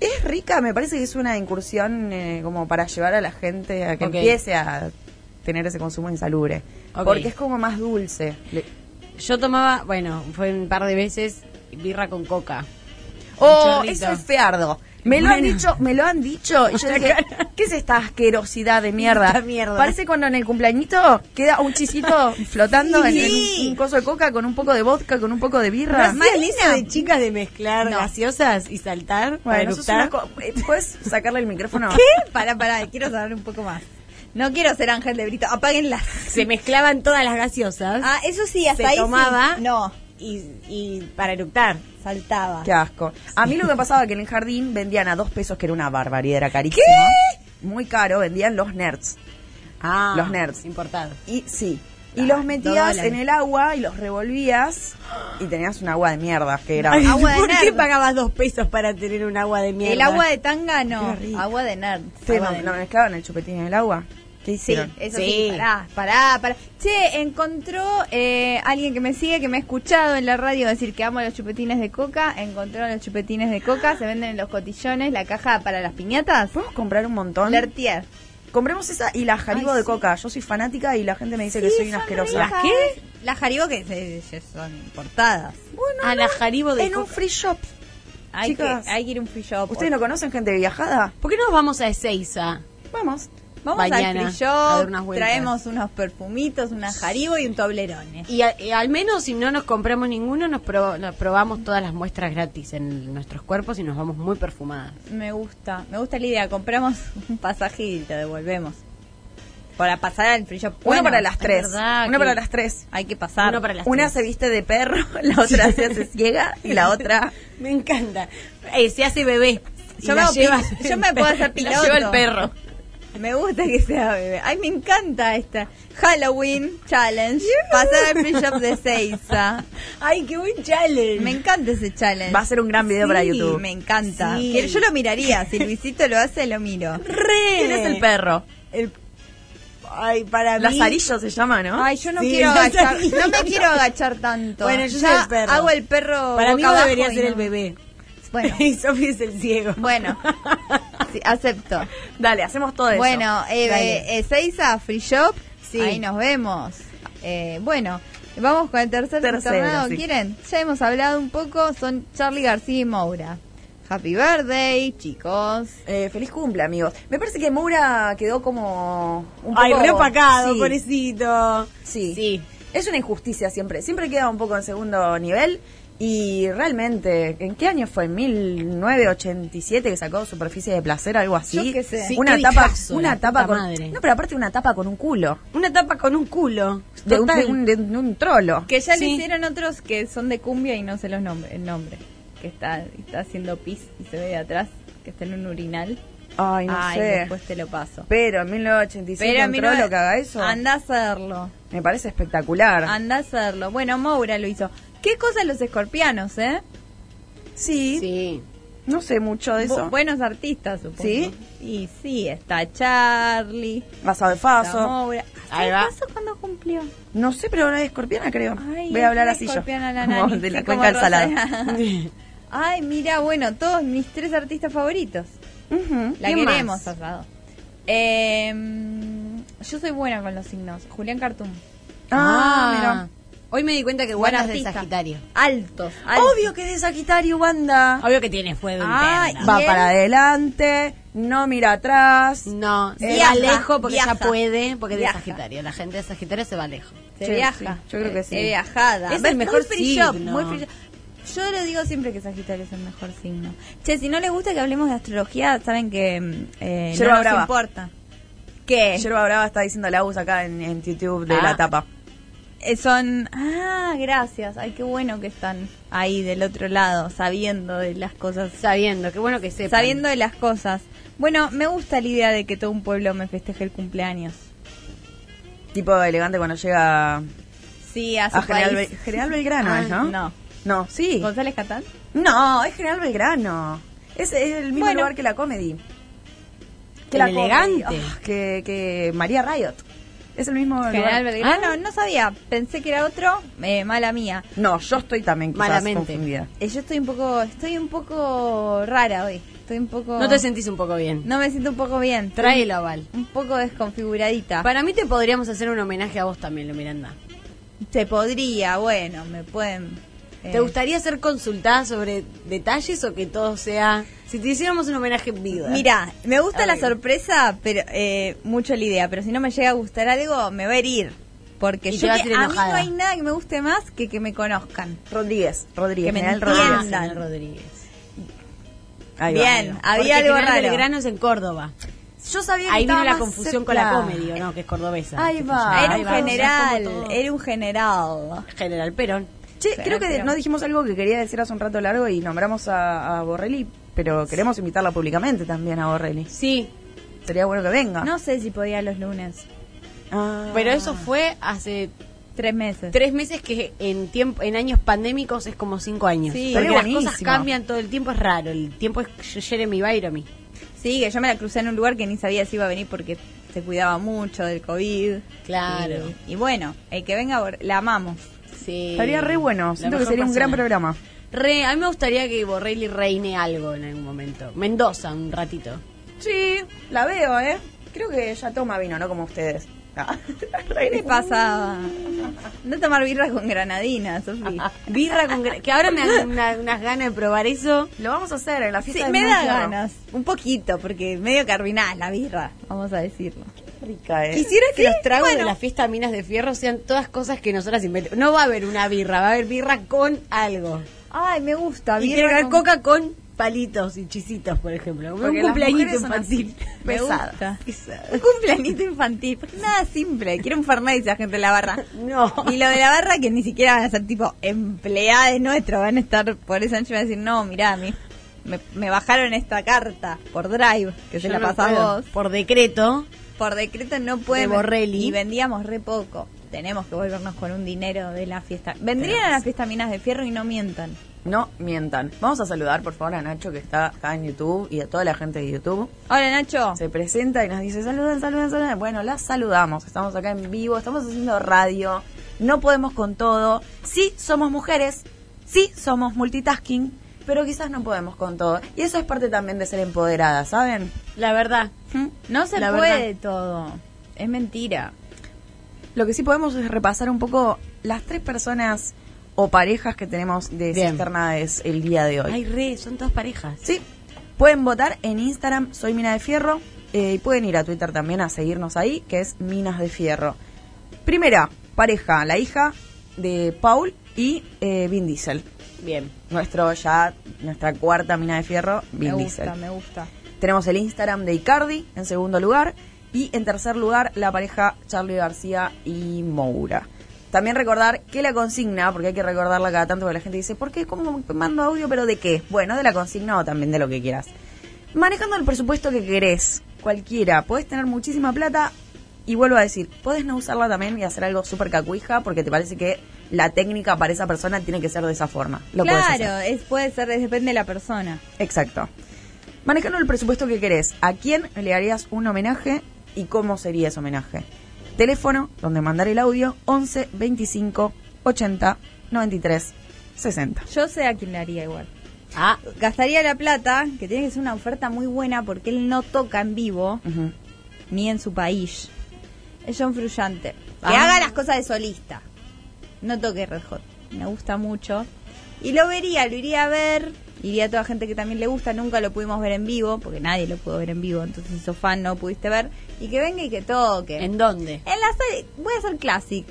Es rica, me parece que es una incursión eh, como para llevar a la gente a que
Ok.
empiece a tener ese consumo insalubre.
Ok.
Porque es como más dulce. Le-
Yo tomaba, bueno, fue un par de veces birra con coca.
Oh,
chorrito.
eso es feardo. Me lo han
Bueno.
dicho, me lo han dicho. Y yo dije, ¿qué es esta asquerosidad de mierda?
Esta mierda.
Parece cuando en el cumpleañito queda un chisito flotando en-
Sí.
en un coso de coca con un poco de vodka, con un poco de birra.
¿No
Marina.
hacían eso de chicas de mezclar
No.
gaseosas y saltar para
Bueno, sos
eructar?
una co- eh, ¿Puedes sacarle el micrófono?
¿Qué? Pará, pará, quiero saber un poco más. No quiero ser Ángel de Brito, apáguenlas.
Se mezclaban todas las gaseosas.
Ah, eso sí, hasta
se
ahí sí.
tomaba
No,
y, y para eructar.
saltaba.
Qué asco. A mí lo que pasaba que en el jardín vendían a dos pesos, que era una barbaridad, era carísimo. ¿Qué? Muy caro, vendían los nerds.
Ah,
Los nerds.
Importados.
Y sí. Y
Ah,
los
dos
metías
dólares.
en el agua y los revolvías y tenías un agua de mierda que era.
Ay,
Agua de
¿Por
nerd.
qué pagabas dos pesos para tener un agua de mierda?
El agua de tanga no,
Qué rico.
agua de nerd.
Sí,
agua
no,
de
no
nerd.
mezclaban el chupetín en el agua. ¿Qué
Sí,
hicieron?
eso sí.
eh, Sí.
pará, pará, pará. Che, encontró eh, alguien que me sigue, que me ha escuchado en la radio decir que amo los chupetines de coca. Encontró los chupetines de coca, se venden en los cotillones, la caja para las piñatas.
¿Podemos comprar un montón?
Lertier.
Compremos esa y la jaribo
Ay,
de
sí.
coca. Yo soy fanática y la gente me dice que
Sí,
soy una
son
asquerosa.
ricas.
¿Las qué?
Las jaribo que se- se- son importadas.
Bueno,
Ah, la jaribo de
en un
coca.
free shop.
Hay,
Chicas,
que, hay que ir a un free shop.
¿Ustedes no conocen gente viajada?
¿Por qué no nos vamos a Ezeiza?
Vamos.
Vamos
Mañana,
al free
a
shop,
dar unas vueltas.
traemos unos perfumitos, una jaribo y un toblerone.
Y, a- y al menos si no nos compramos ninguno, nos, pro- nos probamos todas las muestras gratis en nuestros cuerpos y nos vamos muy perfumadas.
Me gusta, me gusta la idea. Compramos un pasaje y lo devolvemos. Para pasar al free shop.
Uno
Bueno,
para las
es
tres.
verdad
Uno
que-
para las tres.
Hay que pasar.
Uno para las
Una
tres.
se viste de perro, la otra se hace ciega y la otra.
Me encanta. Eh, se hace bebé. Y la
Yo me hago
lleva-
pi- yo me puedo hacer
la
piloto.
lleva el perro.
Me gusta que sea bebé. Ay, me encanta esta. Halloween Challenge. Pasar al free shop de Seiza.
Ay, qué buen challenge.
Me encanta ese challenge.
Va a ser un gran video
Sí,
para YouTube.
Me encanta.
Sí.
Que Yo lo miraría. Si Luisito lo hace, lo miro.
re.
¿Quién es el perro?
El- Ay, para mí.
Lazarillo se llama, ¿no?
Ay, yo no
Sí,
quiero
no
agachar,
sabía.
no me quiero agachar tanto.
Bueno, yo
Ya
soy el perro.
hago el perro.
Para mí
boca
no
abajo
debería
y
ser
no.
el bebé.
Bueno,
y Sofi es el ciego.
bueno, sí, acepto.
Dale, hacemos todo eso.
Bueno, eh,
Dale.
eh, Ezeiza, Free Shop,
Sí.
ahí nos vemos. Eh, bueno, vamos con el tercer
Tercero,
internado,
sí.
¿quieren? Ya hemos hablado un poco, son Charlie García y Moura. Happy birthday, chicos.
Eh, feliz cumple, amigos. Me parece que Moura quedó como un poco...
Ay, re opacado,
Sí,
pobrecito.
Sí.
Sí.
Es una injusticia siempre. Siempre queda un poco en segundo nivel Y realmente, ¿en qué año fue? ¿En 1987 que sacó Superficie de Placer, algo así?
Yo qué sé.
Sí,
Una
qué
tapa,
discazo,
una
la
tapa
puta
con...
madre.
No, pero aparte una tapa con un culo.
Una tapa con un culo.
De un,
Total.
de un- de un- de un trolo.
Que ya le
Sí.
hicieron otros que son de cumbia y no sé los nombre, el nombre. Que está, está haciendo pis y se ve de atrás, que está en un urinal.
Ay, no
Ay,
sé.
después te lo paso.
Pero en 1987
Pero a
un
mí no-
trolo que haga eso,
Anda a hacerlo.
me parece espectacular.
Anda a hacerlo. Bueno, Moura lo hizo. ¿Qué cosa los escorpianos, eh?
sí,
Sí.
no sé mucho de
Bu-
eso.
buenos artistas, supongo.
¿Sí?
Y sí, está Charlie.
Basado de
Está
Faso.
Moura.
Ahí
Ay,
va.
¿Faso cuándo cumplió?
No sé, pero ahora es escorpiana, creo.
Ay,
Voy a hablar
es
así yo.
escorpiana la
Como
nani,
de la
sí, como
cuenca del salado.
Rosana. Ay, mira, bueno, todos mis tres artistas favoritos.
Ujú.
La
¿Quién
queremos,
más?
Salvador. Em, yo soy buena con los signos. Julián Cartum.
Ah,
Hoy me di cuenta que
Buen
Guara es de
artista.
Sagitario.
Altos.
mira.
altos.
Obvio que es de Sagitario, banda.
Obvio que tiene fuego
Ah,
interno.
Va
¿Y él?
para adelante, no mira atrás. Eh,
No, se
Viaja,
va lejos porque
viaja.
ya puede, porque
Viaja.
de Sagitario. La gente de Sagitario se va lejos.
Se
Sí,
viaja.
sí, yo creo que sí.
Se viajada.
Es el mejor
muy free shop,
signo.
muy free shop. Yo le digo siempre que Sagitario es el mejor signo. Che, si no les gusta que hablemos de astrología, saben que mm, eh, no
Yerba
nos
brava.
importa. ¿Qué?
Yerba Brava está diciendo la usa acá en, en YouTube de
Ah.
la tapa.
Eh, son... Ah, gracias. Ay, qué bueno que están ahí del otro lado, sabiendo de las cosas
Sabiendo, qué bueno que sepa.
sabiendo de las cosas. Bueno, me gusta la idea de que todo un pueblo me festeje el cumpleaños.
Tipo elegante cuando llega a,
Sí, a su
General,
país.
Bel- General Belgrano,
Ah,
¿es, ¿no?
no.
No, sí.
¿González Catán?
No, es General Belgrano. Es, es el mismo
Bueno.
lugar que la comedy.
El
comedy.
elegante.
Ah, que, que María Riot. Es el mismo lugar.
General Belgrano, Ah, no sabía. Pensé que era otro. Eh, mala mía.
No, yo estoy también quizás
Malamente.
confundida.
Eh, yo estoy un poco, estoy un poco rara hoy. Estoy un poco.
No te sentís un poco bien.
No me siento un poco bien. Estoy
Tráelo, Val.
Un poco desconfiguradita.
Para mí te podríamos hacer un homenaje a vos también, Lu Miranda.
Se podría, bueno, me pueden. eh,
¿Te gustaría ser consultada sobre detalles o que todo sea... Si te hiciéramos un homenaje en vida.
Mira, me gusta
A
la
ver.
sorpresa, pero eh, mucho la idea. Pero si no me llega a gustar algo, me va a herir. Porque
Y te
yo
vas
que-
a ir
a mí no
enojada.
hay nada que me guste más que que me conozcan.
Rodríguez, Rodríguez,
Que me
General
entiendan.
Ah,
Rodríguez.
señor
Rodríguez.
Rodríguez.
Ahí va.
Bien. Había
Porque
algo
General
raro.
Belgrano es en Córdoba.
Yo sabía que
Ahí
estaba
vino la
más
confusión
cerca.
con la comedy, ¿o ¿no? Que es cordobesa.
Ahí
Que
va,
se llama.
era
ahí
un
va,
general,
o sea, como todo.
era un general.
General Perón.
Che,
Sí,
creo que
pero-
no dijimos algo que quería decir hace un rato largo y nombramos a, a Borrelli, pero queremos invitarla públicamente también a Borrelli.
Sí,
Sería bueno que venga.
No sé si podía los lunes.
Ah.
pero eso fue hace
Tres meses.
tres meses que en tiempo, en años pandémicos es como cinco años.
Sí.
porque
Pero
las
buenísimo.
cosas cambian todo el tiempo, es raro. El tiempo es Jeremy Byron.
Sí, que yo me la crucé en un lugar que ni sabía si iba a venir porque se cuidaba mucho del COVID.
Claro.
Y, y bueno, el que venga, Bor- la amamos.
Sí.
Estaría re bueno.
La
Siento que
mejor
sería un gran
persona.
programa.
Re, a mí me gustaría que Borrelli reine algo en algún momento. Mendoza, un ratito.
Sí, la veo, ¿eh? Creo que ella toma vino, no como ustedes. Ah.
¿Qué le pasa? No tomar birra con granadina, Sofi.
Birra con... gra- Que ahora me dan una- unas ganas de probar eso.
Lo vamos a hacer en la fiesta
Sí,
del
me
Mundo
da
Fierro.
ganas. Un poquito, porque medio carbinal la birra, vamos a decirlo.
Rica, ¿eh?
Quisiera que
Sí,
los tragos
bueno.
de la fiesta Minas de Fierro sean todas cosas que nosotras inventemos. No va a haber una birra, va a haber birra con algo.
Ay, me gusta.
Y tiene que haber coca con palitos y chisitos, por ejemplo. Como
Porque
un
las
cumpleañito
mujeres son
infantil.
así.
Me
Pesadas.
gusta. Un cumpleañito infantil. porque Nada simple. Quiero un Fernet, dice la gente de la barra.
No.
Y lo de la barra que ni siquiera van a ser tipo empleados nuestros, van a estar por esa ancho y van a decir, no, mirá, a mí me, me bajaron esta carta por Drive, que se
Yo
la
no
pasa
puedo.
a vos.
Por decreto.
Por decreto no pueden.
De Borrelli.
Y vendíamos re poco. Tenemos que volvernos con un dinero de la fiesta. Vendrían a la fiesta Minas de Fierro y no mientan.
No mientan. Vamos a saludar, por favor, a Nacho, que está acá en YouTube, y a toda la gente de YouTube.
Hola Nacho.
Se presenta y nos dice, saluden, saluden, saluden. Bueno, las saludamos. Estamos acá en vivo, estamos haciendo radio. No podemos con todo. Sí, somos mujeres. Sí, somos multitasking. Pero quizás no podemos con todo. Y eso es parte también de ser empoderada, ¿saben?
La verdad.
¿Mm?
No se
La
puede todo. Es mentira.
Lo que sí podemos es repasar un poco las tres personas o parejas que tenemos de
Bien.
cisternades el día de hoy.
Ay, re, son todas parejas.
Sí, pueden votar en Instagram, soy Mina de Fierro, eh, y pueden ir a Twitter también a seguirnos ahí, que es Minas de Fierro. Primera pareja, la hija de Paul y eh, Vin Diesel.
Bien.
Nuestro ya, nuestra cuarta mina de fierro,
Me
Vin Diesel.
gusta, me gusta.
Tenemos el Instagram de Icardi en segundo lugar. Y en tercer lugar, la pareja Charlie García y Moura. También recordar que la consigna, porque hay que recordarla cada tanto, porque la gente dice, ¿por qué? ¿Cómo mando audio? ¿Pero de qué? Bueno, de la consigna o también de lo que quieras. Manejando el presupuesto que querés, cualquiera, podés tener muchísima plata y vuelvo a decir, podés no usarla también y hacer algo súper cacuija porque te parece que la técnica para esa persona tiene que ser de esa forma. Lo podés hacer.
claro, es, puede ser, es- depende de la persona.
Exacto. Manejando el presupuesto que querés, ¿a quién le harías un homenaje y cómo sería ese homenaje? Teléfono, donde mandar el audio, 11 25 80 93 60.
Yo sé a quién le haría igual.
Ah,
Gastaría la plata, que tiene que ser una oferta muy buena porque él no toca en vivo
Ujú.
ni en su país. Es John Frullante. Que
Ah.
haga las cosas de solista. No toque Red Hot. Me gusta mucho. Y lo vería, lo iría a ver. Iría a toda gente que también le gusta. Nunca lo pudimos ver en vivo, porque nadie lo pudo ver en vivo. Entonces, si sos fan, no pudiste ver. Y que venga y que toque.
¿en dónde?
En la sala, voy a hacer classic.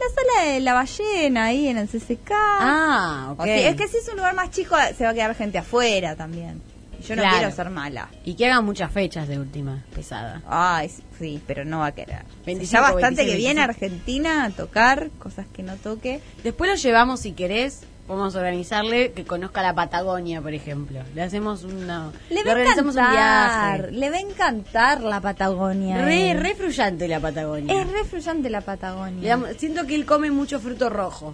La sala de la ballena ahí en el CCK.
Ah, ok.
O sea, es que si es un lugar más chico, se va a quedar gente afuera también. Y Yo no
Claro.
quiero ser mala.
Y que hagan muchas fechas de última pesada.
Ay, s- sí, pero no va a querer.
25,
ya bastante
26,
que viene a
25.
Argentina a tocar cosas que no toque.
Después lo llevamos, si querés, podemos organizarle que conozca la Patagonia, por ejemplo. Le hacemos una...
Le va a
organizamos un
encantar.
viaje.
Le va a encantar la Patagonia.
Re,
eh.
re frullante la Patagonia.
Es re fluyente la Patagonia.
Le damos- siento que él come mucho fruto rojo.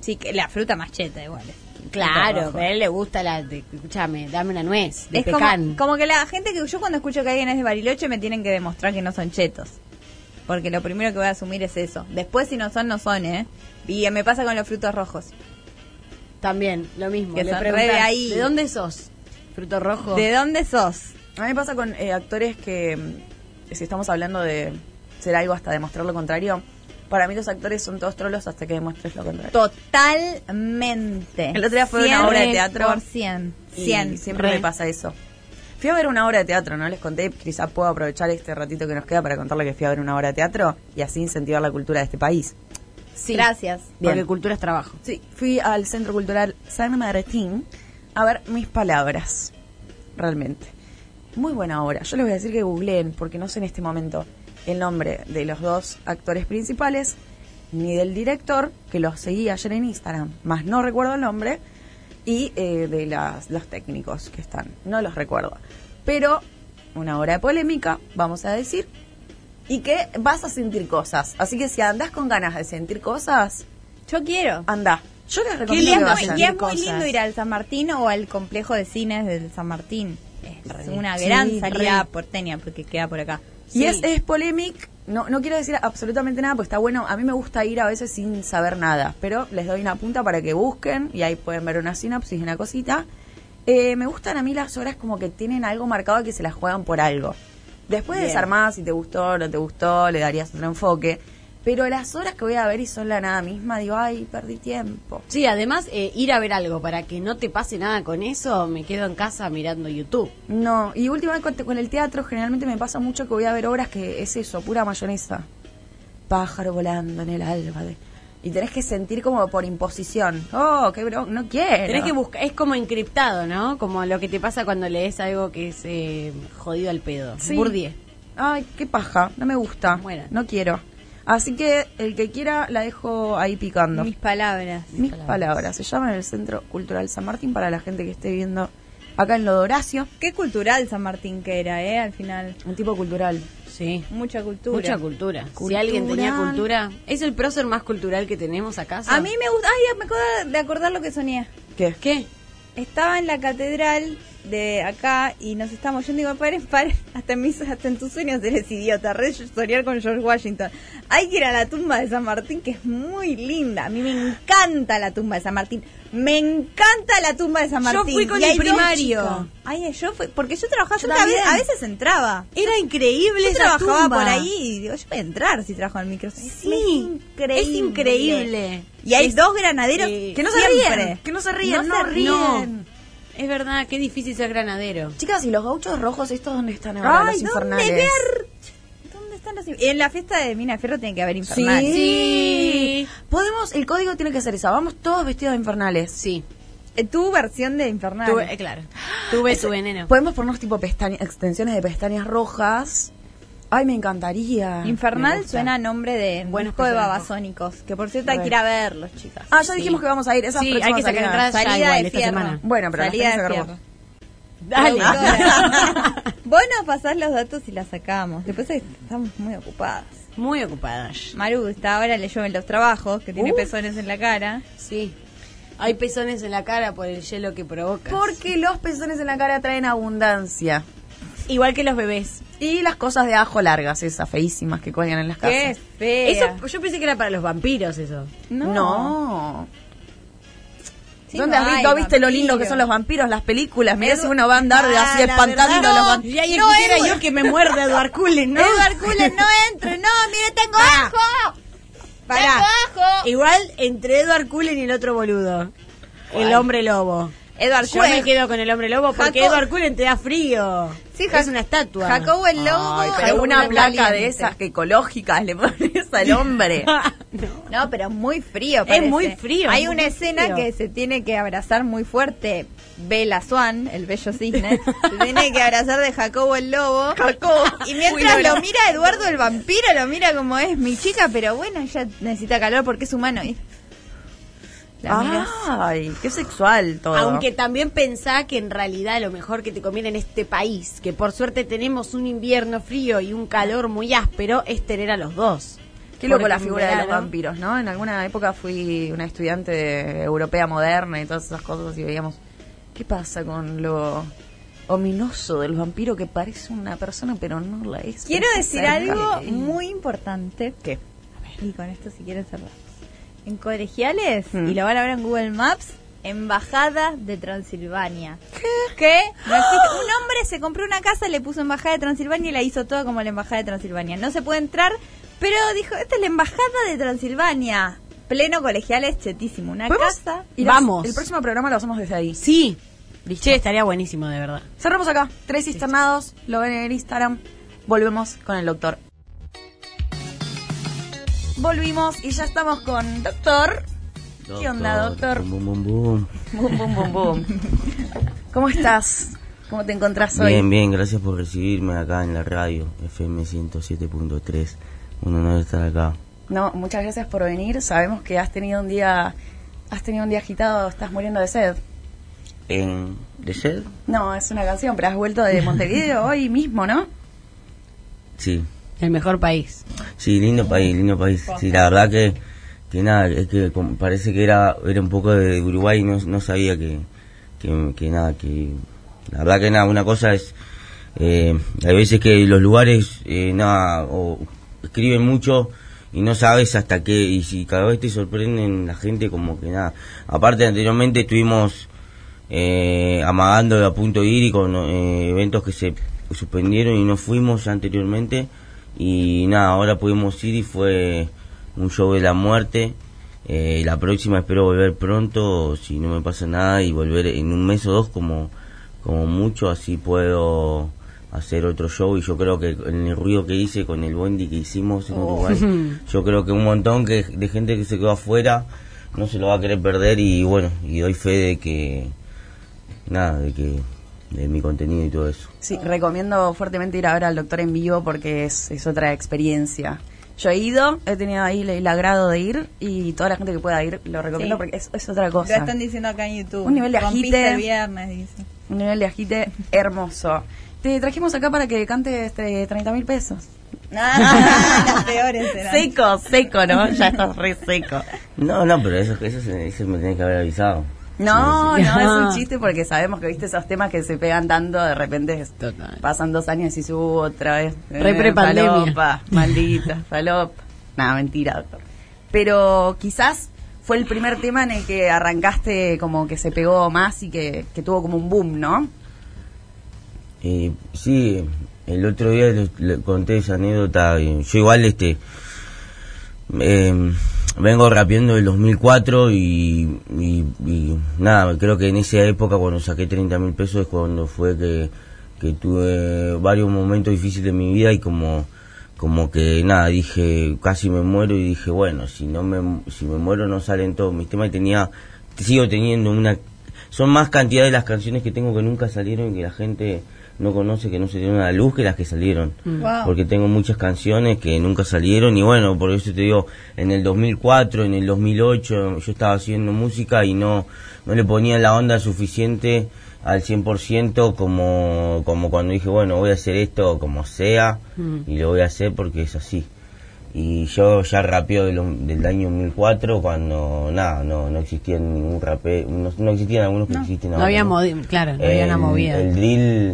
Sí, que la fruta macheta igual. eh.
Claro,
rojo.
pero a él le gusta la... de- escúchame, dame una nuez de
es
pecan.
como, como que la gente que yo cuando escucho que alguien es de Bariloche me tienen que demostrar que no son chetos. Porque lo primero que voy a asumir es eso. Después si no son, no son, ¿eh? Y me pasa con los frutos rojos.
También, lo mismo.
Que
Le
son re
preguntás,
de ahí.
¿De dónde sos? Fruto rojo.
¿De dónde sos?
A mí me pasa con eh, actores que, mm, si estamos hablando de ser algo hasta demostrar lo contrario, para mí los actores son todos trolos hasta que demuestres lo contrario.
Totalmente.
El otro día fue una obra de teatro.
Por 100.
Y
100.
siempre
Re.
me pasa eso. Fui a ver una obra de teatro, ¿no? Les conté, quizá puedo aprovechar este ratito que nos queda para contarle que fui a ver una obra de teatro y así incentivar la cultura de este país.
Sí.
Gracias.
Porque
Bien.
cultura es trabajo.
Sí, fui al Centro Cultural San Martín a ver mis palabras, realmente. Muy buena obra. Yo les voy a decir que googleen, porque no sé en este momento el nombre de los dos actores principales, ni del director, que los seguí ayer en Instagram, más no recuerdo el nombre, y eh, de las, los técnicos que están. No los recuerdo. Pero una obra de polémica, vamos a decir, y que vas a sentir cosas. Así que si andás con ganas de sentir cosas,
Yo quiero.
Anda. Yo les
Y
recomiendo
es, muy-
que vayan.
y es muy
Cosas.
lindo ir al San Martín o al complejo de cines del San Martín. Es
Re.
una
Sí,
gran
re.
salida porteña porque queda por acá.
Y
Sí.
es, es polémic. No, no quiero decir absolutamente nada, pues está bueno. A mí me gusta ir a veces sin saber nada, pero les doy una punta para que busquen y ahí pueden ver una sinapsis y una cosita. Eh, me gustan a mí las horas como que tienen algo marcado que se las juegan por algo. Después
Bien.
desarmás si te gustó no te gustó, le darías otro enfoque. Pero las horas que voy a ver y son la nada misma, digo, ay, perdí tiempo.
Sí, además, eh, ir a ver algo para que no te pase nada con eso, me quedo en casa mirando YouTube.
No, y últimamente con, con el teatro generalmente me pasa mucho que voy a ver obras que es eso, pura mayonesa. Pájaro volando en el alba. de- y tenés que sentir como por imposición. Oh, qué bro, no quiero.
Tenés que buscar, es como encriptado, ¿no? Como lo que te pasa cuando lees algo que es eh, jodido al pedo.
Sí.
Bourdieu.
Ay, qué paja, no me gusta.
Mueran.
No quiero. Así que el que quiera la dejo ahí picando.
Mis palabras.
Mis palabras. Se llama en el Centro Cultural San Martín para la gente que esté viviendo acá en Lodoracio.
Qué cultural San Martín que era, ¿eh? Al final.
Un tipo cultural.
Sí.
Mucha cultura.
Mucha cultura. Si
Cultural.
alguien tenía cultura, ¿es el prócer más cultural que tenemos acaso?
A mí me gusta. Ay, me acabo de acordar lo que soñé.
¿Qué?
¿Qué?
Estaba en la catedral de acá y nos estamos yendo y digo, paren, paren, hasta en, mis, hasta en tus sueños eres idiota, re soñar con George Washington. Hay que ir a la tumba de San Martín que es muy linda, a mí me encanta la tumba de San Martín, me encanta la tumba de San
Yo
Martín.
fui con
Y
el
hay dos
primario.
chicos. Ay, yo fui, porque yo trabajaba, yo
Yo
a, veces,
también.
a veces entraba.
Era increíble
Yo
esa
trabajaba
tumba.
por ahí y digo, yo voy a entrar si trabajo en el micro.
Sí, es increíble.
Y hay dos granaderos
Sí.
Que no se
siempre.
ríen. Que no se ríen.
No
No,
se
ríen.
No. Es verdad, Ah, qué difícil ser granadero.
Chicas, ¿y los gauchos rojos estos dónde están ahora?
Ay,
los
¿dónde
infernales.
ver? ¿Dónde están los inf- En la fiesta de Mina de Fierro tiene que haber infernal.
Sí,
Sí.
Sí.
Podemos, el código tiene que ser esa. Vamos todos vestidos de infernales.
Sí.
Eh, Tu versión de Infernal.
Tuve, eh, claro. Tuve tu veneno.
Podemos ponernos tipo pestaña- extensiones de pestañas rojas. Ay, me encantaría.
Me
Infernal
gusta.
suena a nombre de un
Buenos
disco de
personajes.
babasónicos. Que por cierto hay
Re.
que ir a verlos, chicas.
Ah, ya dijimos que vamos a ir. Esas
Sí, hay
próximas
que sacar
salidas.
entradas. ya
Salida
igual
de
esta
fierro.
semana.
Bueno, pero las
Salida
tenés
de
que sacar
fierro.
Dale.
Productora. Vos nos pasás los datos y la sacamos. Después estamos muy ocupadas.
Muy ocupadas.
Maru está ahora le llueven los trabajos, que tiene
Uh.
pezones en la cara.
Sí. Hay pezones en la cara por el hielo que provoca.
Porque los pezones en la cara traen abundancia.
Igual que los bebés.
Y las cosas de ajo largas, esas feísimas que cuelgan en las
¡Qué
casas.
fea!
Eso, yo pensé que era para los vampiros eso.
No.
Sí,
¿Dónde has
no
visto?
hay
¿Viste lo lindo que
vampiros.
son los vampiros, las películas? Mirá
Eso-
si uno va a andar de así
Ah, la
espantando
verdad,
a los
no.
vampiros.
Y ahí el
No,
que quiera
es-
yo que me muerda, Eduard Cullen, ¿no?
Edward Cullen, no entre, no, mire, tengo ajo.
Pará.
Tengo ajo.
Igual entre Edward Cullen y el otro boludo. El hombre lobo.
Edward
Yo
Cullen.
me quedo con el hombre lobo porque
Jacob-
Edward Cullen te da frío.
Sí,
es
Jac-
una estatua.
Jacobo el lobo.
Ay, pero una
Jacobo
placa
caliente.
de esas que ecológicas le pones al hombre.
No.
No, pero muy frío.
Es
parece.
muy frío,
Hay
es
una
muy
escena
frío.
que se tiene que abrazar muy fuerte. Bella Swan, el bello cisne, se tiene que abrazar de Jacobo el lobo. Y mientras
Uy, no,
lo
no.
mira Eduardo el vampiro, lo mira como es mi chica, pero bueno, ella necesita calor porque es humano. Y la miras.
Ay, qué sexual todo.
Aunque también pensá que en realidad lo mejor que te conviene en este país, que por suerte tenemos un invierno frío y un calor muy áspero, es tener a los dos.
Qué loco
Porque
la
en
figura de los
verano-
vampiros, ¿no? En alguna época fui una estudiante de- europea moderna y todas esas cosas y veíamos qué pasa con lo ominoso del vampiro que parece una persona pero no la es.
Quiero
Está
decir
cerca.
algo muy importante.
¿Qué?
Y con esto si quieren cerrar. En colegiales,
Mm.
y lo van a ver en Google Maps, Embajada de Transilvania. ¿Qué? No existe- Un hombre se compró una casa, le puso Embajada de Transilvania y la hizo toda como la Embajada de Transilvania. No se puede entrar, pero dijo, esta es la Embajada de Transilvania. Pleno colegiales, chetísimo. Una
¿Podemos
casa.
ir a-
Vamos.
El próximo programa lo hacemos desde ahí.
Sí. Che, estaría buenísimo, de verdad.
Cerramos acá. Tres cisternados, lo ven en el Instagram. Volvemos con el doctor. Volvimos y ya estamos con doctor. ¿Qué onda, doctor?
Bum, bum, bum,
Bum, bum, bum, bum. ¿Cómo estás? ¿Cómo te encontrás
bum.
hoy?
Bien, bien, gracias por recibirme acá en la radio FM 107.3. Un honor estar acá.
No, muchas gracias por venir. Sabemos que has tenido un día has tenido un día agitado, estás muriendo de sed.
En ¿De sed?
No, es una canción, pero has vuelto de Montevideo hoy mismo, ¿no?
Sí.
El mejor país.
Sí, lindo país, lindo país. Sí, la verdad que, que nada, es que como parece que era, era un poco de Uruguay y no, no sabía que, que, que nada, que la verdad que nada, una cosa es, eh, hay veces que los lugares, eh, nada, o escriben mucho y no sabes hasta qué, y si cada vez te sorprenden la gente como que nada. Aparte, anteriormente estuvimos eh, amagando a punto de ir y con eh, eventos que se suspendieron y no fuimos anteriormente y nada ahora pudimos ir y fue un show de la muerte Eh, la próxima espero volver pronto si no me pasa nada y volver en un mes o dos como como mucho así puedo hacer otro show y yo creo que en el ruido que hice con el bondi que hicimos en Uruguay yo creo que un montón que de gente que se quedó afuera no se lo va a querer perder y bueno y doy fe de que nada de que de mi contenido y todo eso
Sí, recomiendo fuertemente ir a ver al doctor en vivo porque es, es otra experiencia. Yo he ido, he tenido ahí el, el agrado de ir y toda la gente que pueda ir lo recomiendo
Sí.
porque es, es otra
Lo
cosa.
están diciendo acá en YouTube.
Un nivel de
Rompiste
agite.
el viernes, dice.
Un nivel de agite hermoso. Te trajimos acá para que cantes este, 30 mil pesos.
las peores eran.
Seco, seco, ¿no? Ya estás re seco.
no no pero eso eso, se- eso me tiene que haber avisado
No,
Sí, sí.
no, es un
Ajá.
chiste porque sabemos que viste esos temas que se pegan tanto, de repente es-
Total.
pasan dos años y subo otra vez. eh,
Re prepandemia.
Falopa, maldita, falopa. Nada, mentira, doctor. Pero quizás fue el primer tema en el que arrancaste como que se pegó más y que, que tuvo como un boom, ¿no?
Eh, sí, el otro día le, le conté esa anécdota. eh, Yo igual este eh, vengo rapeando del 2004 y, y- y nada, creo que en esa época cuando saqué 30 mil pesos es cuando fue que, que tuve varios momentos difíciles de mi vida y como como que nada, dije, casi me muero y dije, bueno, si no me si me muero no salen todos mis temas y tenía sigo teniendo una son más cantidad de las canciones que tengo que nunca salieron y que la gente no conoce que no se dieron a la luz que las que salieron.
Mm.
Wow.
Porque tengo muchas canciones que nunca salieron y bueno, por eso te digo, en el 2004, en el 2008 yo estaba haciendo música y no, no le ponía la onda suficiente al 100% como, como cuando dije, bueno, voy a hacer esto como sea
Mm.
y lo voy a hacer porque es así. Y yo ya rapeo de lo- del año 2004 cuando nada, no, no existía ningún rapeo, no, no existían algunos que existen
No,
ahora.
había
¿no?
modi- claro, no había una
El-
movida.
El drill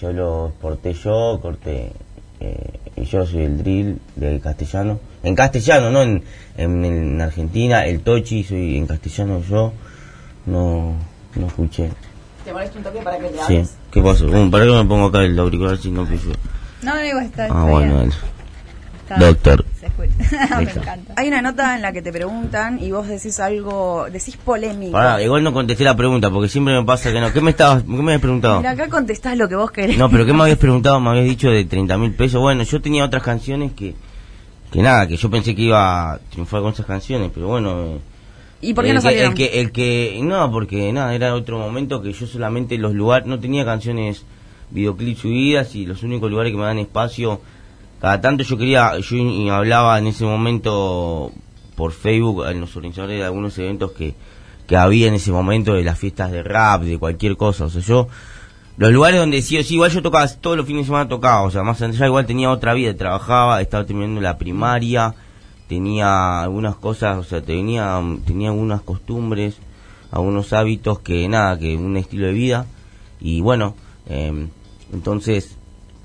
yo lo porté yo, corté. eh, y yo soy el drill de castellano. En castellano, no en, en, en Argentina. El tochi soy en castellano yo. No, no escuché.
Te molesta un toque para que te
Sí. ¿Qué pasó? Um, ¿Para qué me pongo acá el auricular si no pillo?
No, digo, está.
Ah,
está
bueno,
bien.
el
Está-
doctor.
Se escucha. Me
Listo.
encanta.
Hay una nota en la que te preguntan y vos decís algo, decís polémico.
Pará, igual no contesté la pregunta porque siempre me pasa que no. ¿Qué me estabas, qué me habías preguntado?
Mira, acá contestás lo que vos querés.
No, pero ¿qué me habías preguntado? Me habías dicho de 30 mil pesos. Bueno, yo tenía otras canciones que, que nada, que yo pensé que iba a triunfar con esas canciones, pero bueno. eh,
¿Y por qué
el
no
que-
salieron?
El que, el que, no, porque nada, era otro momento que yo solamente los lugares, no tenía canciones, videoclips subidas y los únicos lugares que me dan espacio. Cada tanto yo quería, yo in- hablaba en ese momento por Facebook a los organizadores de algunos eventos que, que había en ese momento, de las fiestas de rap, de cualquier cosa. O sea, yo los lugares donde sí o sí, igual yo tocaba, todos los fines de semana tocaba, o sea, más allá igual tenía otra vida, trabajaba, estaba terminando la primaria, tenía algunas cosas, o sea, tenía, tenía algunas costumbres, algunos hábitos que nada, que un estilo de vida, y bueno, eh, entonces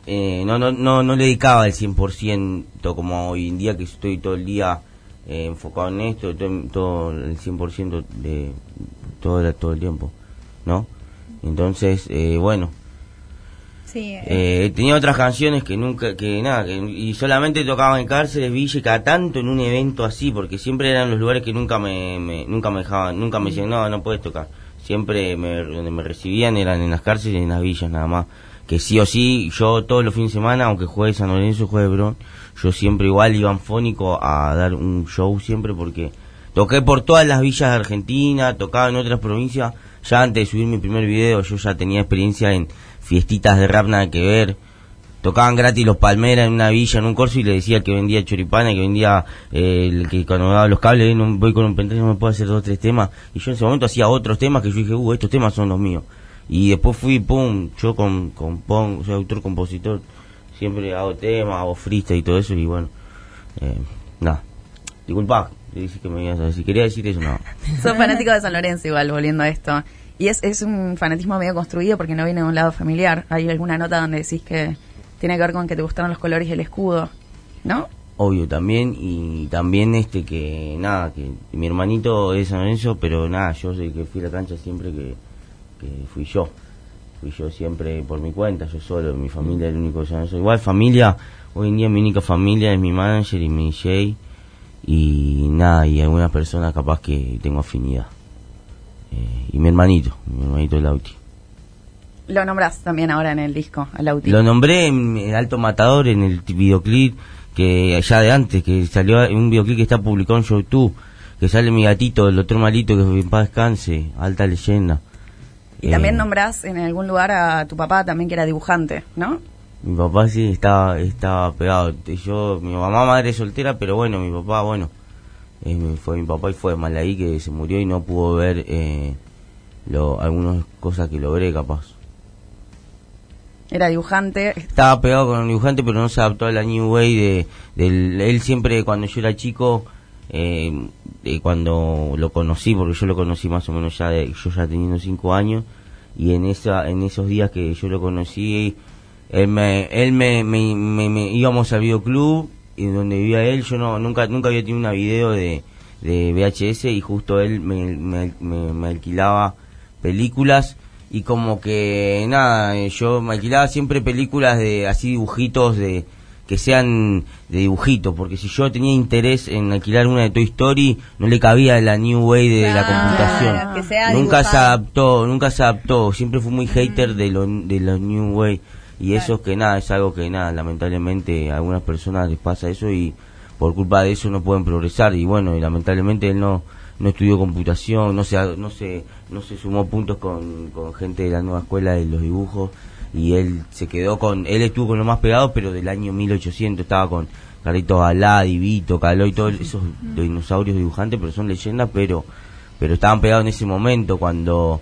eh, no, no, no, no le dedicaba el 100% como hoy en día que estoy todo el día eh, enfocado en esto, todo, todo el 100% de todo, el- todo el tiempo, ¿no? Entonces, eh, bueno,
Sí. eh,
eh, tenía otras canciones que nunca, que nada, que- y solamente tocaba en cárceles, villa y cada tanto en un evento así, porque siempre eran los lugares que nunca me, me- nunca me dejaban, nunca me decían, no, no puedes tocar. Siempre me, donde me recibían eran en las cárceles y en las villas nada más. Que sí o sí, yo todos los fines de semana, aunque juegue San Lorenzo, juegue Bron, yo siempre igual iba en fónico a dar un show siempre porque toqué por todas las villas de Argentina, tocaba en otras provincias. Ya antes de subir mi primer video, yo ya tenía experiencia en fiestitas de rap nada que ver. Tocaban gratis los palmeras en una villa, en un corso, y le decía que vendía choripana, que vendía, eh, el que cuando daba los cables, eh, no, voy con un pendrive, no me puedo hacer dos tres temas. Y yo en ese momento hacía otros temas que yo dije, uh, estos temas son los míos. Y después fui, pum, yo con, con pon, soy autor, compositor, siempre hago temas, hago freestyle y todo eso, y bueno, eh, nada. Disculpa, le dije que me ibas a decir, quería decir eso, no.
Son fanáticos de San Lorenzo igual, volviendo a esto. Y es, es un fanatismo medio construido porque no viene de un lado familiar. Hay alguna nota donde decís que tiene que ver con que te gustaron los colores y el escudo, ¿no?
obvio también y también este que nada que mi hermanito es San Lorenzo pero nada yo soy el que fui a la cancha siempre que, que fui yo fui yo siempre por mi cuenta yo solo mi familia es el único de San Lorenzo igual familia hoy en día mi única familia es mi manager y mi DJ y nada y algunas personas capaz que tengo afinidad Eh, y mi hermanito mi hermanito Lauti
Lo nombrás también ahora en el disco, al Lauti.
lo nombré en el Alto Matador en el t- videoclip que allá de antes, que salió un videoclip que está publicado en YouTube, que sale mi gatito, el doctor malito, que en paz descanse, alta leyenda.
Y también
Eh,
nombrás en algún lugar a tu papá también que era dibujante, ¿no?
Mi papá sí estaba, estaba pegado. Te- Yo, mi mamá madre soltera, pero bueno, mi papá, bueno, eh, mi- fue mi papá y fue mal ahí que se murió y no pudo ver eh, lo, algunas cosas que logré capaz.
Era dibujante.
estaba pegado con un dibujante, pero no se adaptó a la New Way de, del- él siempre cuando yo era chico, eh, eh, cuando lo conocí, porque yo lo conocí más o menos ya de, yo ya teniendo cinco años, y en esa, en esos días que yo lo conocí, él me, él me, me, me- me- íbamos al videoclub, y donde vivía él, yo no, nunca, nunca había tenido una video de, de VHS y justo él me, me- me- me alquilaba películas y como que nada eh, yo me alquilaba siempre películas de así dibujitos de que sean de dibujitos porque si yo tenía interés en alquilar una de Toy Story no le cabía la new way de la computación
Claro, que sea
nunca se
dibujado.
adaptó, nunca se adaptó, siempre fue muy hater de los de los New Way. Y eso es que nada, es algo que nada, lamentablemente a algunas personas les pasa eso y por culpa de eso no pueden progresar. Y bueno, y lamentablemente él no, no estudió computación, no se, no se, no se sumó puntos con, con gente de la nueva escuela de los dibujos. Y él se quedó con, él estuvo con los más pegados, pero del año 1800 estaba con Carlito Balá, Divito, Caló y todos esos dinosaurios dibujantes, pero son leyendas, pero, pero estaban pegados en ese momento cuando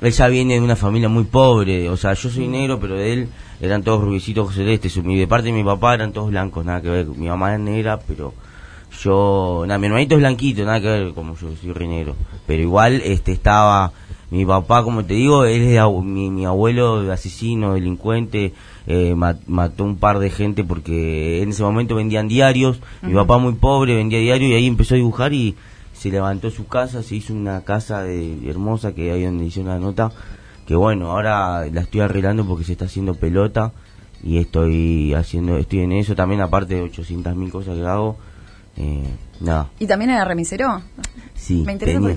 él ya viene de una familia muy pobre, o sea, yo soy negro, pero de él eran todos rubicitos celestes. Mi, de parte de mi papá eran todos blancos, nada que ver. Mi mamá era negra, pero yo. Nada, mi hermanito es blanquito, nada que ver, como yo soy re negro. Pero igual este estaba. Mi papá, como te digo, él es abu- mi, mi abuelo asesino, delincuente, eh, ma- mató un par de gente porque en ese momento vendían diarios. Mi papá muy pobre vendía diarios y ahí empezó a dibujar y se levantó su casa, se hizo una casa de, hermosa que ahí donde hice una nota, que bueno, ahora la estoy arreglando porque se está haciendo pelota y estoy haciendo, estoy en eso también aparte de 800 mil cosas que hago, eh, nada,
¿Y también era remisero?
sí.
Me interesa
tenía-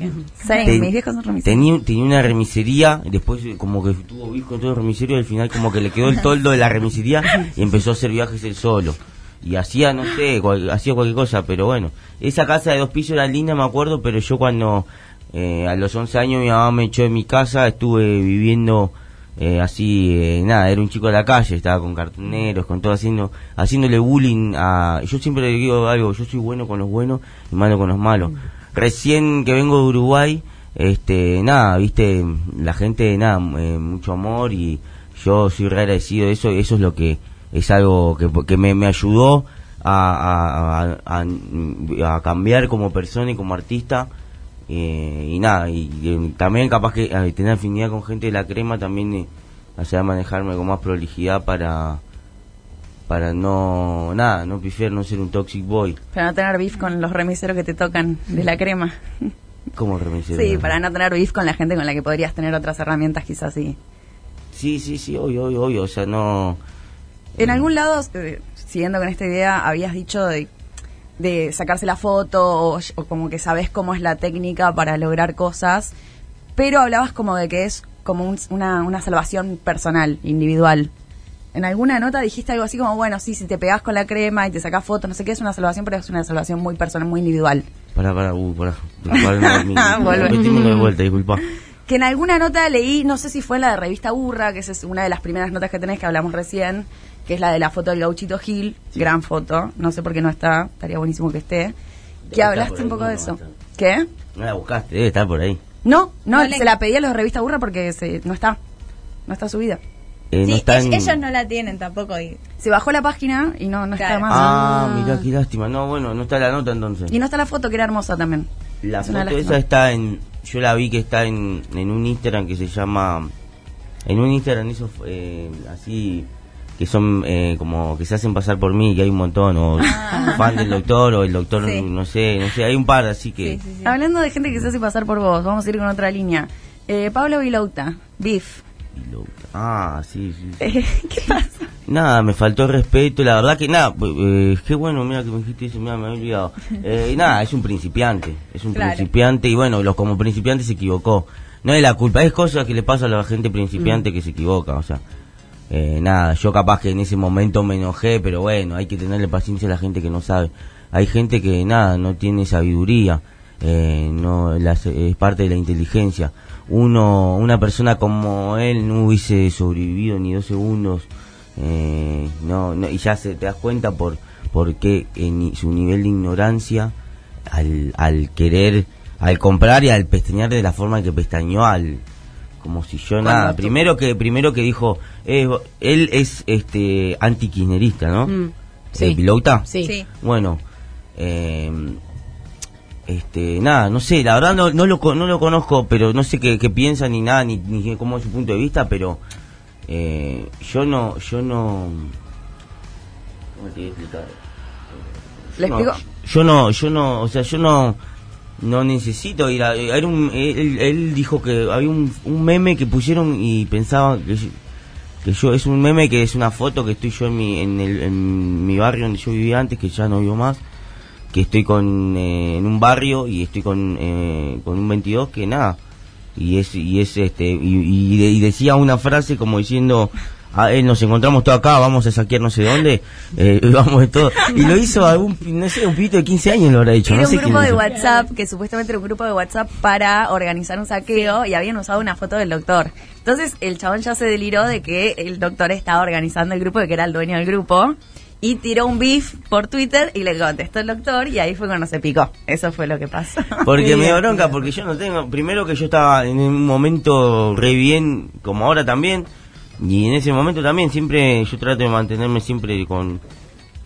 porque- Sí, mis viejos son remiseros.
Tenía, tenía una remisería, después eh, como que estuvo vivo con todo el remisero y al final como que le quedó el toldo de la remisería y empezó a hacer viajes él solo. Y hacía, no sé, cual- hacía cualquier cosa, pero bueno. Esa casa de dos pisos era linda, me acuerdo, pero yo cuando eh, a los 11 años mi mamá me echó de mi casa, estuve viviendo eh, así, eh, nada, era un chico de la calle, estaba con cartoneros, con todo, haciendo, haciéndole bullying a... Yo siempre le digo algo, yo soy bueno con los buenos y malo con los malos. Recién que vengo de Uruguay, este nada viste la gente nada eh, mucho amor y yo soy re agradecido de eso eso es lo que es algo que, que me, me ayudó a, a, a- a- a cambiar como persona y como artista eh, y nada y, y también capaz que al tener afinidad con gente de la crema también eh, hacer manejarme con más prolijidad para para no nada no pifiar no ser un toxic boy
Para no tener beef con los remiseros que te tocan de la crema.
como remisero
Sí, para no tener beef con la gente con la que podrías tener otras herramientas quizás y
sí sí sí obvio obvio obvio o sea no
En algún lado, eh, siguiendo con esta idea, habías dicho de, de sacarse la foto o, o como que sabes cómo es la técnica para lograr cosas, pero hablabas como de que es como un- una, una salvación personal, individual. En alguna nota dijiste algo así como, bueno, sí, si te pegás con la crema y te sacás fotos, no sé qué, es una salvación, pero es una salvación muy personal, muy individual.
Pará, pará, uh, pará. Disculpá, no, mi-
Vuelve.
repetímelo de vuelta, disculpa.
Que en alguna nota leí, no sé si fue en la de revista Burra, que esa es una de las primeras notas que tenés que hablamos recién, que es la de la foto del gauchito Gil, gran foto, no sé por qué no está, estaría buenísimo que esté. Que
Está
hablaste
por
un
ahí,
poco
no,
de
no
eso.
está.
¿Qué?
No la buscaste, debe estar por ahí.
No, no,
No le-
se la pedí a los de revista Burra porque se, no está, no está subida.
Eh, no
Sí,
está
es-
en-
ellos no la tienen tampoco. y-
Se bajó la página y no, no está
Claro. Mm.
más.
Ah, mirá, qué lástima. No, bueno, no está la nota entonces.
Y no está la foto que era hermosa también.
La
Es
foto
una
esa
lástima.
está en... Yo la vi que está en, en un Instagram que se llama... En un Instagram esos eh, así que son eh, como que se hacen pasar por mí, que hay un montón, o fan del doctor, o el doctor,
Ah. Sí.
no sé, no sé, hay un par, así que...
Sí, sí, sí.
Hablando de gente que se hace pasar por vos, vamos a ir con otra línea. Eh, Pablo Vilouta, Biff.
Y lo- Ah, sí, sí, sí.
¿Qué pasa?
Nada, me faltó respeto, la verdad que nada, eh, qué bueno, mira que me dijiste eso, mira, me había olvidado. Eh, nada, es un principiante, es un
Claro.
principiante y bueno, los como principiante se equivocó. No es la culpa, es cosa que le pasa a la gente principiante que se equivoca, o sea, eh, nada, yo capaz que en ese momento me enojé, pero bueno, hay que tenerle paciencia a la gente que no sabe. Hay gente que nada, no tiene sabiduría, eh, no las- es parte de la inteligencia. Uno, una persona como él no hubiese sobrevivido ni dos segundos, eh, no, no, y ya se, te das cuenta por, por qué en i- su nivel de ignorancia al, al querer, al comprar y al pestañear de la forma que pestañó al como si yo nada
tú-
primero que primero que dijo eh, él es este anti kirchnerista no
Mm, sí.
¿El Vilouta?
Sí.
Sí.
bueno eh, este nada no sé la verdad no, no lo co- no lo conozco pero no sé qué, qué piensa ni nada ni, ni cómo es su punto de vista pero eh, yo no yo no ¿Cómo te voy a explicar?
¿Le
No,
explico?
Yo no, yo no, o sea, yo no no necesito ir a era un- él, él dijo que había un, un meme que pusieron y pensaban que yo, que yo- es un meme que es una foto que estoy yo en mi en, el, en mi barrio donde yo vivía antes que ya no vivo más que estoy con eh, en un barrio y estoy con eh, con un 22 que nada y es y es este y, y de- y decía una frase como diciendo ah, eh, nos encontramos todo acá, vamos a saquear no sé dónde, eh, y vamos de todo. Y lo hizo algún, no sé, un pibito de 15 años lo habrá hecho.
Era
no sé
un grupo
quién
de
lo hizo.
WhatsApp, que supuestamente era un grupo de WhatsApp para organizar un saqueo y habían usado una foto del doctor. Entonces el chabón ya se deliró de que el doctor estaba organizando el grupo, de que era el dueño del grupo, y tiró un beef por Twitter y le contestó el doctor y ahí fue cuando se picó. Eso fue lo que pasó.
Porque me dio bronca, porque yo no tengo. Primero que yo estaba en un momento re bien, como ahora también. Y en ese momento también, siempre yo trato de mantenerme siempre con,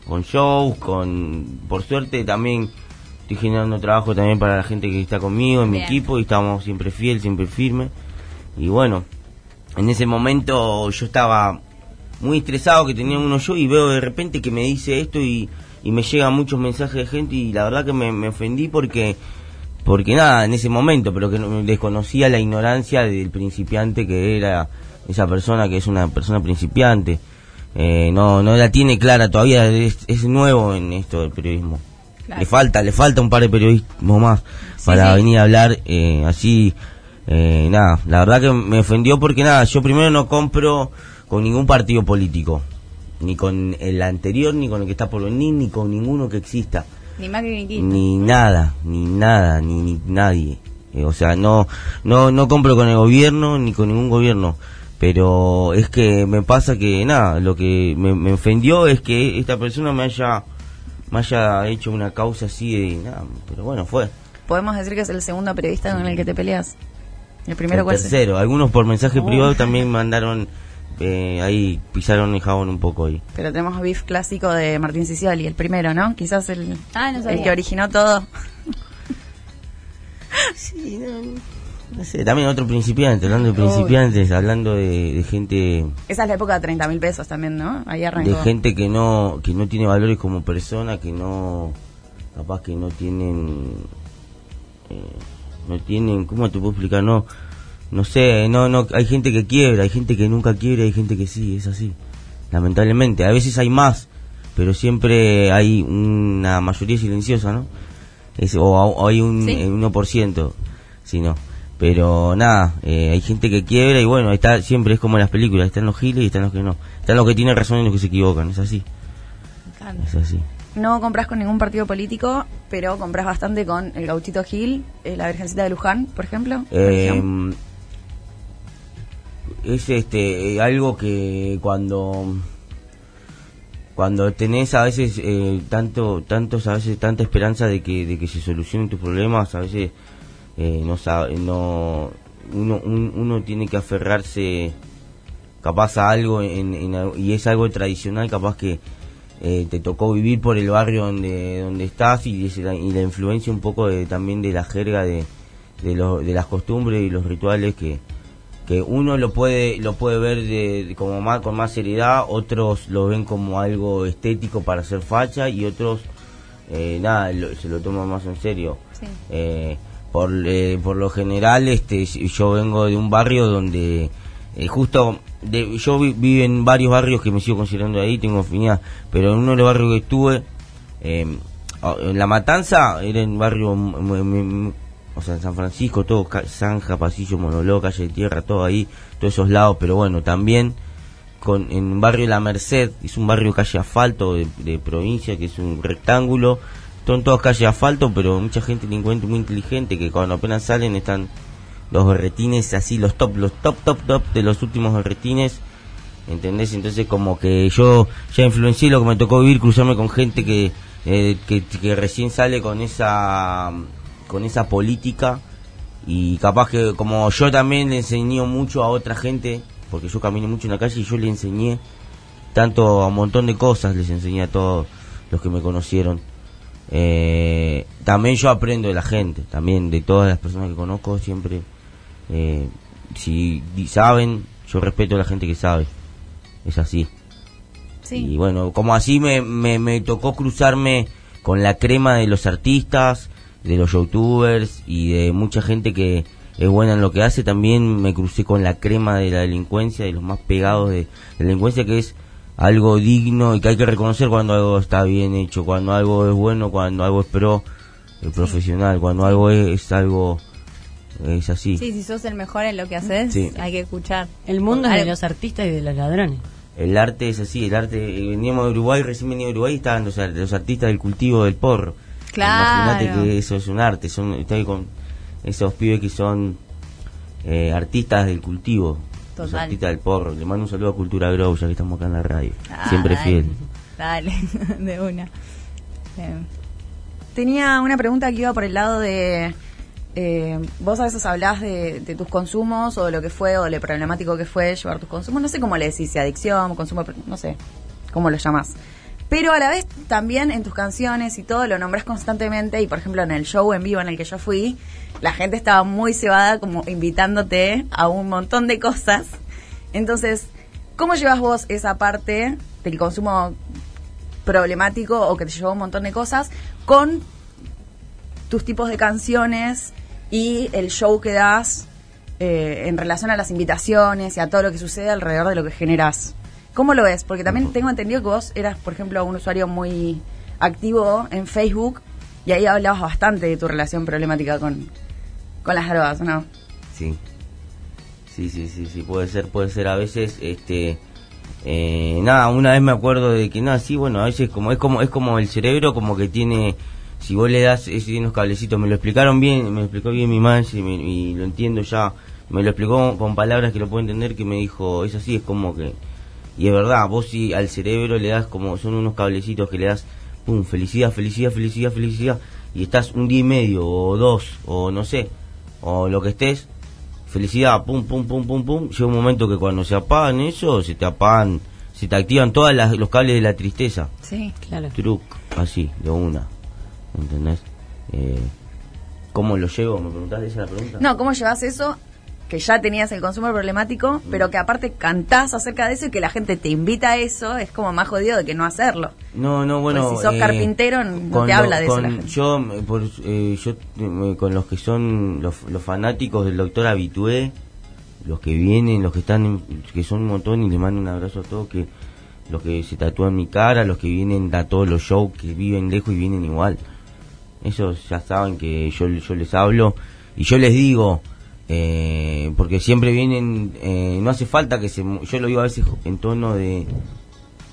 con shows, con. Por suerte también estoy generando trabajo también para la gente que está conmigo, en mi
Bien.
equipo, y estamos siempre fiel, siempre firme. Y bueno, en ese momento yo estaba muy estresado que tenía uno yo y veo de repente que me dice esto y, y me llegan muchos mensajes de gente y la verdad que me, me ofendí porque porque nada en ese momento pero que no- desconocía la ignorancia del principiante que era esa persona que es una persona principiante Eh, no no la tiene clara todavía es, es nuevo en esto del periodismo
Claro.
le falta le falta un par de periodismo más para
sí.
venir a hablar eh, así eh, nada la verdad que me ofendió porque nada yo primero no compro con ningún partido político ni con el anterior ni con el que está por venir ni con ninguno que exista
Ni Macri ni Kirchner.
ni nada, ni nada, ni, ni nadie. Eh, o sea, no, no, no compro con el gobierno ni con ningún gobierno. Pero es que me pasa que nada, lo que me, me ofendió es que esta persona me haya, me haya hecho una causa así de nada. Pero bueno, fue.
Podemos decir que es el segundo periodista con el que te peleas. El primero
El
cuál es.
tercero, algunos por mensaje privado también mandaron, eh, ahí pisaron el jabón un poco ahí.
Pero tenemos beef clásico de Martín Sicioli, el primero, ¿no? Quizás el,
Ah, no
el
sabía.
que originó todo.
No sé, también otro principiante, hablando de principiantes, hablando de- de gente
Esa es la época de 30 mil pesos también, ¿no? Ahí arrancó.
de gente que no que no tiene valores como persona que no capaz que no tienen eh, no tienen cómo te puedo explicar no no sé no no hay gente que quiebra hay gente que nunca quiebra hay gente que sí es así lamentablemente a veces hay más pero siempre hay una mayoría silenciosa no es, o, a- o hay un,
Sí.
eh, 1%, si no. Pero nada, eh, hay gente que quiebra y bueno, está siempre es como en las películas, están los giles y están los que no. Están los que tienen razón y los que se equivocan, es así, es así.
No compras con ningún partido político, pero compras bastante con el gauchito Gil, eh, la Virgencita de Luján, por ejemplo.
Eh, es este eh, algo que cuando cuando tenés a veces eh, tanto tantos a veces tanta esperanza de que, de que se solucionen tus problemas a veces eh, no sabe- no uno un- uno tiene que aferrarse capaz a algo en- en al- y es algo tradicional capaz que eh, te tocó vivir por el barrio donde donde estás y, es la, y la influencia un poco de, también de la jerga de de, lo- de las costumbres y los rituales que, que uno lo puede lo puede ver de, de como más con más seriedad otros lo ven como algo estético para hacer facha y otros eh, nada lo- se lo toman más en serio
Sí.
Eh, por eh, por lo general este si- yo vengo de un barrio donde eh, justo de- yo vi- vivo en varios barrios que me sigo considerando ahí tengo afinidad pero en uno de los barrios que estuve eh, a- en la matanza era en barrio mu- mu- mu- o sea, en San Francisco, todo, ca- Zanja, Pasillo, Monolog, Calle de Tierra, todo ahí, todos esos lados, pero bueno, también con, en un barrio La Merced, es un barrio calle asfalto de, de provincia, que es un rectángulo, son todas calles asfalto, pero mucha gente delincuente muy inteligente, que cuando apenas salen están los berretines así, los top, los top, top, top de los últimos berretines, ¿Entendés? Entonces como que yo ya influencié lo que me tocó vivir, cruzarme con gente que, eh, que, que recién sale con esa, con esa política y capaz que como yo también le enseñé mucho a otra gente, porque yo caminé mucho en la calle y yo le enseñé tanto a un montón de cosas, les enseñé a todos los que me conocieron. Eh, también yo aprendo de la gente, también de todas las personas que conozco, siempre, eh, si di- saben, yo respeto a la gente que sabe, es así. Y bueno, como así me, me, me tocó cruzarme con la crema de los artistas, de los youtubers y de mucha gente que es buena en lo que hace, también me crucé con la crema de la delincuencia, de los más pegados de la delincuencia, que es algo digno y que hay que reconocer cuando algo está bien hecho, cuando algo es bueno, cuando algo es pro, eh, profesional, cuando algo es, es algo, es así.
Sí, si sos el mejor en lo que haces,
Sí.
hay que escuchar.
El mundo es de
Algo-
los artistas y de los ladrones.
el arte es así, el arte, eh, veníamos de Uruguay, recién venía de Uruguay, estaban los, ar- los artistas del cultivo del porro.
Claro.
Imagínate que eso es un arte, son, estoy con esos pibes que son eh, artistas del cultivo, los
Total.
artistas del porro. Le mando un saludo a Cultura Grow, ya que estamos acá en la radio, siempre
Ay,
fiel.
Dale, de una. Bien.
Tenía una pregunta que iba por el lado de. eh, vos a veces hablás de, de tus consumos o de lo que fue o de lo problemático que fue llevar tus consumos. No sé cómo le decís, si adicción, consumo, no sé cómo lo llamás. Pero a la vez también en tus canciones y todo lo nombrás constantemente. Y por ejemplo, en el show en vivo en el que yo fui, la gente estaba muy cebada, como invitándote a un montón de cosas. Entonces, ¿cómo llevas vos esa parte del consumo problemático o que te llevó a un montón de cosas con tus tipos de canciones y el show que das eh, en relación a las invitaciones y a todo lo que sucede alrededor de lo que generas. ¿Cómo lo ves? Porque también tengo entendido que vos eras, por ejemplo, un usuario muy activo en Facebook y ahí hablabas bastante de tu relación problemática con, con las drogas, ¿no?
Sí. Sí, sí, sí, sí, puede ser, puede ser a veces, este, eh, nada, una vez me acuerdo de que, nada, sí, bueno, a veces como, es como, es como el cerebro como que tiene, si vos le das, es, tiene unos cablecitos, me lo explicaron bien, me lo explicó bien mi man y, me- y lo entiendo ya, me lo explicó con palabras que lo puedo entender, que me dijo, es así, es como que, y es verdad, vos si al cerebro le das como, son unos cablecitos que le das, pum, felicidad, felicidad, felicidad, felicidad, y estás un día y medio, o dos, o no sé, o lo que estés, felicidad, pum, pum, pum, pum, pum, llega un momento que cuando se apagan eso, se te apagan, se te activan todos los cables de la tristeza
Sí.
Claro.
truc, así, de una. ¿Entendés? Eh, ¿Cómo lo llevo? ¿Me preguntás esa la pregunta?
No, ¿cómo llevas eso? Que ya tenías el consumo problemático, pero que aparte cantás acerca de eso y que la gente te invita a eso, es como más jodido de que no hacerlo.
No, no, bueno. eh,
Pues si sos carpintero, no te habla de eso
con-
la gente.
Yo, eh, por, eh, yo eh, con los que son los, los fanáticos del doctor Habitué, los que vienen, los que están, en- que son un montón y les mando un abrazo a todos, que los que se tatúan mi cara, los que vienen a todos los shows, que viven lejos y vienen igual. Ellos ya saben que yo, yo les hablo y yo les digo, eh, porque siempre vienen, eh, no hace falta que se... mu- Yo lo digo a veces en tono de,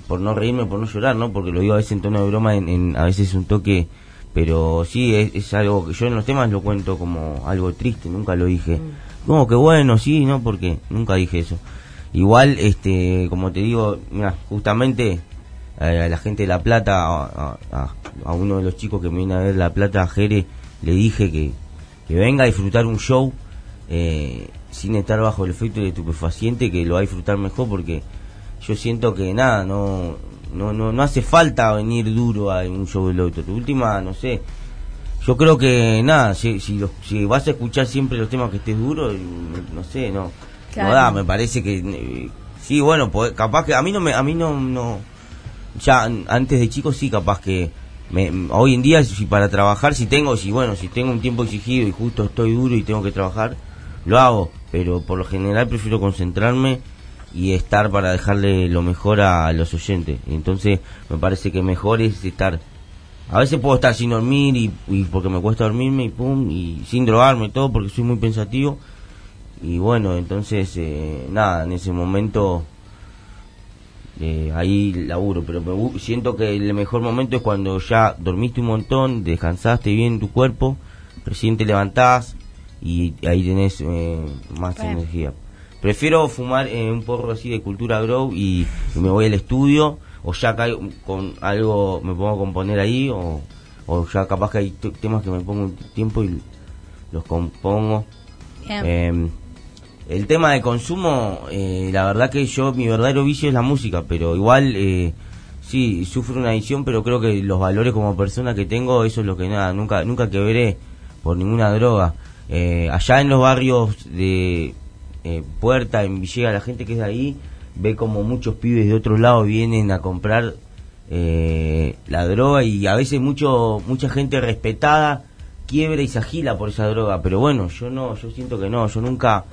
por no reírme, por no llorar, ¿no? Porque lo digo a veces en tono de broma, en, en- a veces un toque, pero sí, es, es algo que yo en los temas lo cuento como algo triste, nunca lo dije. Como que bueno, sí, ¿no? Porque nunca dije eso. Igual, este, como te digo, mirá, justamente eh, a la gente de La Plata, a, a- a- a uno de los chicos que me viene a ver La Plata, a Jere, le dije que, que venga a disfrutar un show eh, sin estar bajo el efecto de estupefaciente, que lo va a disfrutar mejor porque yo siento que nada, no, no, no, no hace falta venir duro a un show del otro. Tu última, no sé. Yo creo que nada, si, si, los- si vas a escuchar siempre los temas que estés duro, no, no sé, no.
Claro.
No da, me parece que. eh, sí, bueno, po- capaz que. A mí no me. A mí no, no ya an- antes de chico sí capaz que me- m- hoy en día si para trabajar si tengo si bueno si tengo un tiempo exigido y justo estoy duro y tengo que trabajar lo hago pero por lo general prefiero concentrarme y estar para dejarle lo mejor a los oyentes entonces me parece que mejor es estar a veces puedo estar sin dormir y, y porque me cuesta dormirme y pum y sin drogarme y todo porque soy muy pensativo y bueno entonces eh, nada en ese momento eh, ahí laburo, pero me gu- siento que el mejor momento es cuando ya dormiste un montón, descansaste bien tu cuerpo, recién te levantás y ahí tenés eh, más
Bueno.
energía. Prefiero fumar eh, un porro así de cultura grow y, y me voy al estudio o ya caigo con algo, me pongo a componer ahí o, o ya capaz que hay t- temas que me pongo un tiempo y los compongo.
Bien.
Eh, el tema de consumo, eh, la verdad que yo, mi verdadero vicio es la música, pero igual, eh, sí, sufro una adicción, pero creo que los valores como persona que tengo, eso es lo que nada, nunca, nunca quebré por ninguna droga. Eh, allá en los barrios de eh, Puerta, en Villega, la gente que es de ahí ve como muchos pibes de otro lado vienen a comprar eh, la droga y a veces mucho, mucha gente respetada quiebra y se agila por esa droga, pero bueno, yo no, yo siento que no, yo nunca,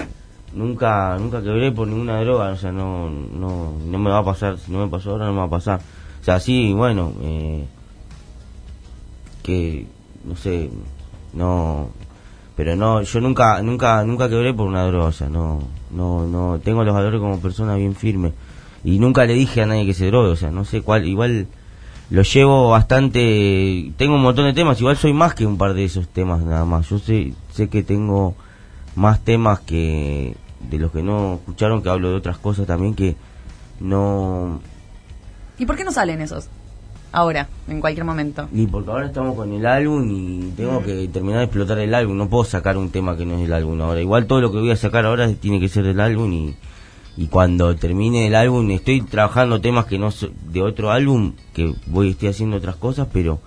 nunca, nunca quebré por ninguna droga, o sea, no, no, no me va a pasar, si no me pasó ahora no me va a pasar, o sea, sí, bueno, eh, que, no sé, no, pero no, yo nunca, nunca, nunca quebré por una droga, o sea, no, no, no, tengo los valores como persona bien firme y nunca le dije a nadie que se drogue, o sea, no sé cuál, igual lo llevo bastante, tengo un montón de temas, igual soy más que un par de esos temas nada más, yo sé, sé que tengo más temas que de los que no escucharon, que hablo de otras cosas también que no...
¿Y por qué no salen esos? Ahora, en cualquier momento.
Y porque ahora estamos con el álbum y tengo que terminar de explotar el álbum, no puedo sacar un tema que no es el álbum ahora, igual todo lo que voy a sacar ahora tiene que ser del álbum y y cuando termine el álbum estoy trabajando temas que no so- de otro álbum que voy estoy haciendo otras cosas pero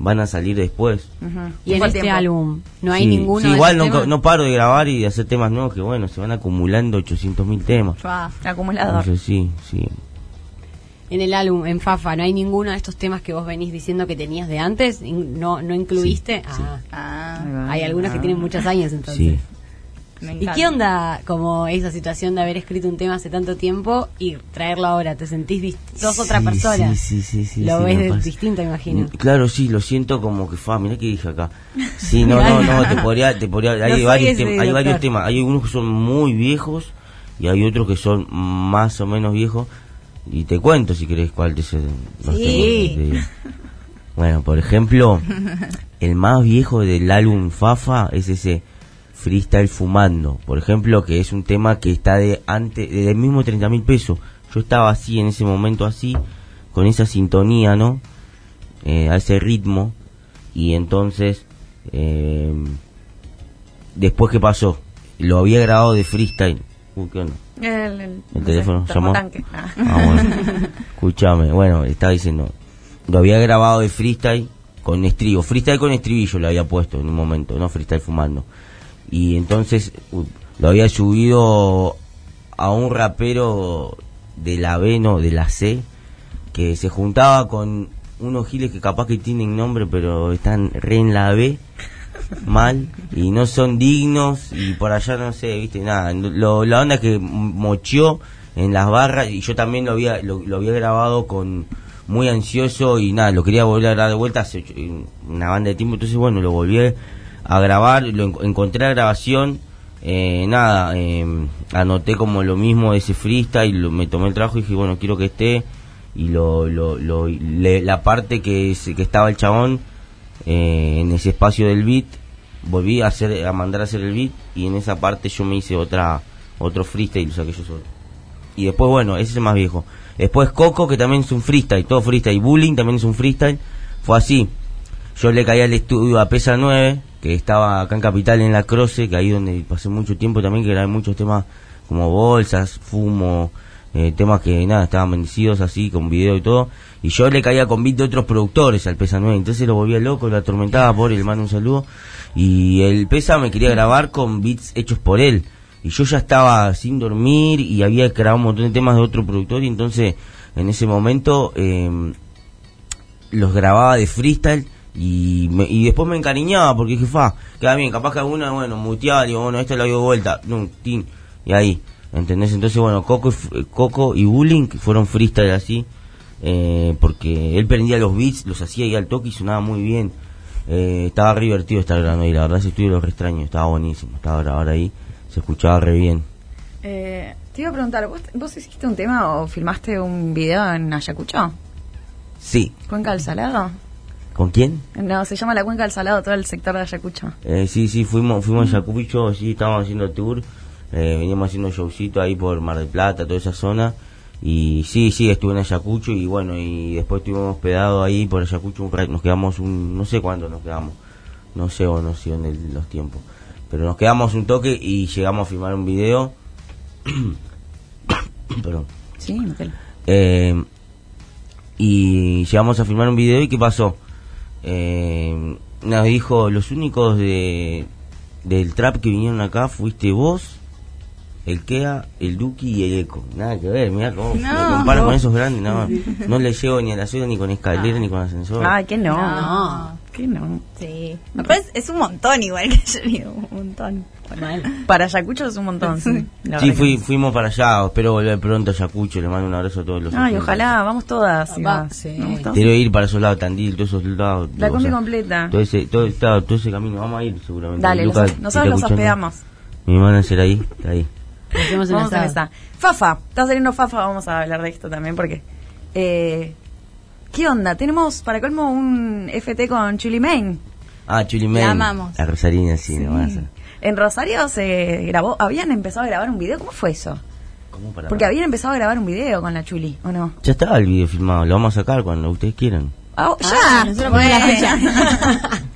van a salir después
Ujú.
Y en
¿Cuál
este
tiempo?
álbum no hay
Sí,
ninguno.
sí,
de
igual
esos
no,
temas?
no paro de grabar y de hacer temas nuevos que bueno se van acumulando 800 mil temas
Ah,
Acumulador.
entonces sí sí
En el álbum, en Fafa, no hay ninguno de estos temas que vos venís diciendo que tenías de antes. In- No, no incluiste.
Sí, sí.
Ah,
Ahí
ah,
va.
hay algunos que tienen muchos años entonces.
sí
Me
¿Y
encanta.
qué onda como esa situación de haber escrito un tema hace tanto tiempo y traerlo ahora? ¿Te sentís dist- sos otra
Sí,
persona?
sí, sí, sí, sí,
Lo
sí,
ves
me
de-
pasa.
distinto, me imagino.
Mm, Claro, sí, lo siento como que fue, ah, mirá que dije acá. Sí, no, no, no, te podría, te podría,
No
hay,
soy
varios,
ese
tem- hay
doctor.
varios temas, hay unos que son muy viejos y hay otros que son más o menos viejos y te cuento si querés cuál de esos los
Sí.
tengo, te- Bueno, por ejemplo, el más viejo del álbum Fafa es ese Freestyle Fumando, por ejemplo, que es un tema que está de antes, de- del mismo 30 mil pesos. Yo estaba así en ese momento, así, con esa sintonía, ¿no? Eh, a ese ritmo. Y entonces, eh, después, ¿qué pasó? Lo había grabado de freestyle. Uy, ¿qué onda?
El, el-
El
no
teléfono
sé,
llamó.
termotanque. Ah.
Ah, bueno. Escúchame, bueno, estaba diciendo. Lo había grabado de freestyle con estribo. Freestyle con estribillo lo había puesto en un momento, ¿no? Freestyle fumando. Y entonces u- lo había subido a un rapero de la B, no, de la C, que se juntaba con unos giles que capaz que tienen nombre, pero están re en la B mal y no son dignos y por allá no sé, viste, nada. Lo- la onda que mochó en las barras y yo también lo había, lo, lo había grabado con muy ansioso y nada, lo quería volver a grabar de vuelta hace ocho- una banda de tiempo, entonces bueno, lo volví a grabar, lo en- encontré la grabación, eh, nada, eh, anoté como lo mismo de ese freestyle, lo- me tomé el trabajo y dije, bueno, quiero que esté y lo, lo, lo- le- la parte que, se- que estaba el chabón eh, en ese espacio del beat volví a hacer a mandar a hacer el beat y en esa parte yo me hice otra otro freestyle lo saqué yo solo y después bueno ese es el más viejo después Coco que también es un freestyle todo freestyle Bullying también es un freestyle fue así yo le caí al estudio a Pesa 9 que estaba acá en Capital en La Croce que ahí donde pasé mucho tiempo también que grabé muchos temas como bolsas fumo eh, temas que nada estaban bendecidos así con video y todo y yo le caía con beat de otros productores al Pesa 9 entonces lo volvía loco lo atormentaba por el mando un saludo y el Pesa me quería grabar con beats hechos por él y yo ya estaba sin dormir y había grabado un montón de temas de otro productor y entonces en ese momento eh, los grababa de freestyle y, me- y después me encariñaba porque dije, fa, queda bien, capaz que alguno, bueno, muteaba, digo, bueno, esto lo dio vuelta, no, tin, y ahí, ¿entendés? Entonces, bueno, Coco y, F- Coco y Bullying fueron freestyle así, eh, porque él prendía los beats, los hacía ahí al toque y sonaba muy bien. Eh, estaba re divertido estar grabando ahí, la verdad ese estudio lo re extraño, estaba buenísimo, estaba grabar ahí, se escuchaba re bien.
Eh, te iba a preguntar, ¿vos, vos hiciste un tema o filmaste un video en Ayacucho?
Sí,
¿Cuenca del Salado?
¿con quién?
No, se llama la Cuenca del Salado, todo el sector de Ayacucho.
Eh, sí, sí, fuimos, fuimos a Yacucho, sí, estábamos haciendo tour, eh, veníamos haciendo showcito ahí por Mar del Plata, toda esa zona, y sí, sí, estuve en Ayacucho y bueno, y después estuvimos hospedados ahí por Ayacucho, un ra- nos quedamos un, no sé cuánto nos quedamos, no sé o no sé dónde el- los tiempos, pero nos quedamos un toque y llegamos a filmar un video, perdón,
Sí, Miquel.
eh, y llegamos a filmar un video y ¿qué pasó? Eh, nos dijo, los únicos de del trap que vinieron acá fuiste vos, el Kea, el Duki y el Eco. Nada que ver, mira cómo me comparo con esos grandes, no, no le llego ni a la ciudad ni con escalera ni con ascensor.
Ay, que no.
No.
Que no.
Sí. Me parece, es un montón igual que yo digo, un montón.
Mal.
Para Ayacucho es un montón, sí. La
sí,
verdad
fui-
que sí.
fuimos para allá, espero volver pronto a Yacucho, le mando un abrazo a todos los
Ay,
oyentes.
ojalá, vamos todas.
Va,
Ibas.
sí.
Vamos todas.
Quiero ir para esos lados, Tandil, todos esos lados.
La
o
combi
sea,
completa.
Todo ese, todo, todo- todo ese camino, vamos a ir seguramente.
Dale, los-
Lucas, si
nosotros
está
los
escuchando,
hospedamos.
Mi manager ahí, está ahí.
Hacemos un
Vamos a
asado.
esa. Fafa, está saliendo Fafa, vamos a hablar de esto también porque... eh, ¿Qué onda? Tenemos para colmo un FT con Chuli Main.
Ah, Chulimén.
La amamos.
La Rosarina, sí, nomás.
En Rosario se grabó, habían empezado a grabar un video, ¿cómo fue eso?
¿Cómo para
Porque habían empezado a grabar un video con la Chuli, ¿o no?
Ya estaba el video filmado, lo vamos a sacar cuando ustedes quieran.
Ah, ya.
Ah, nosotros ponemos la
Bueno.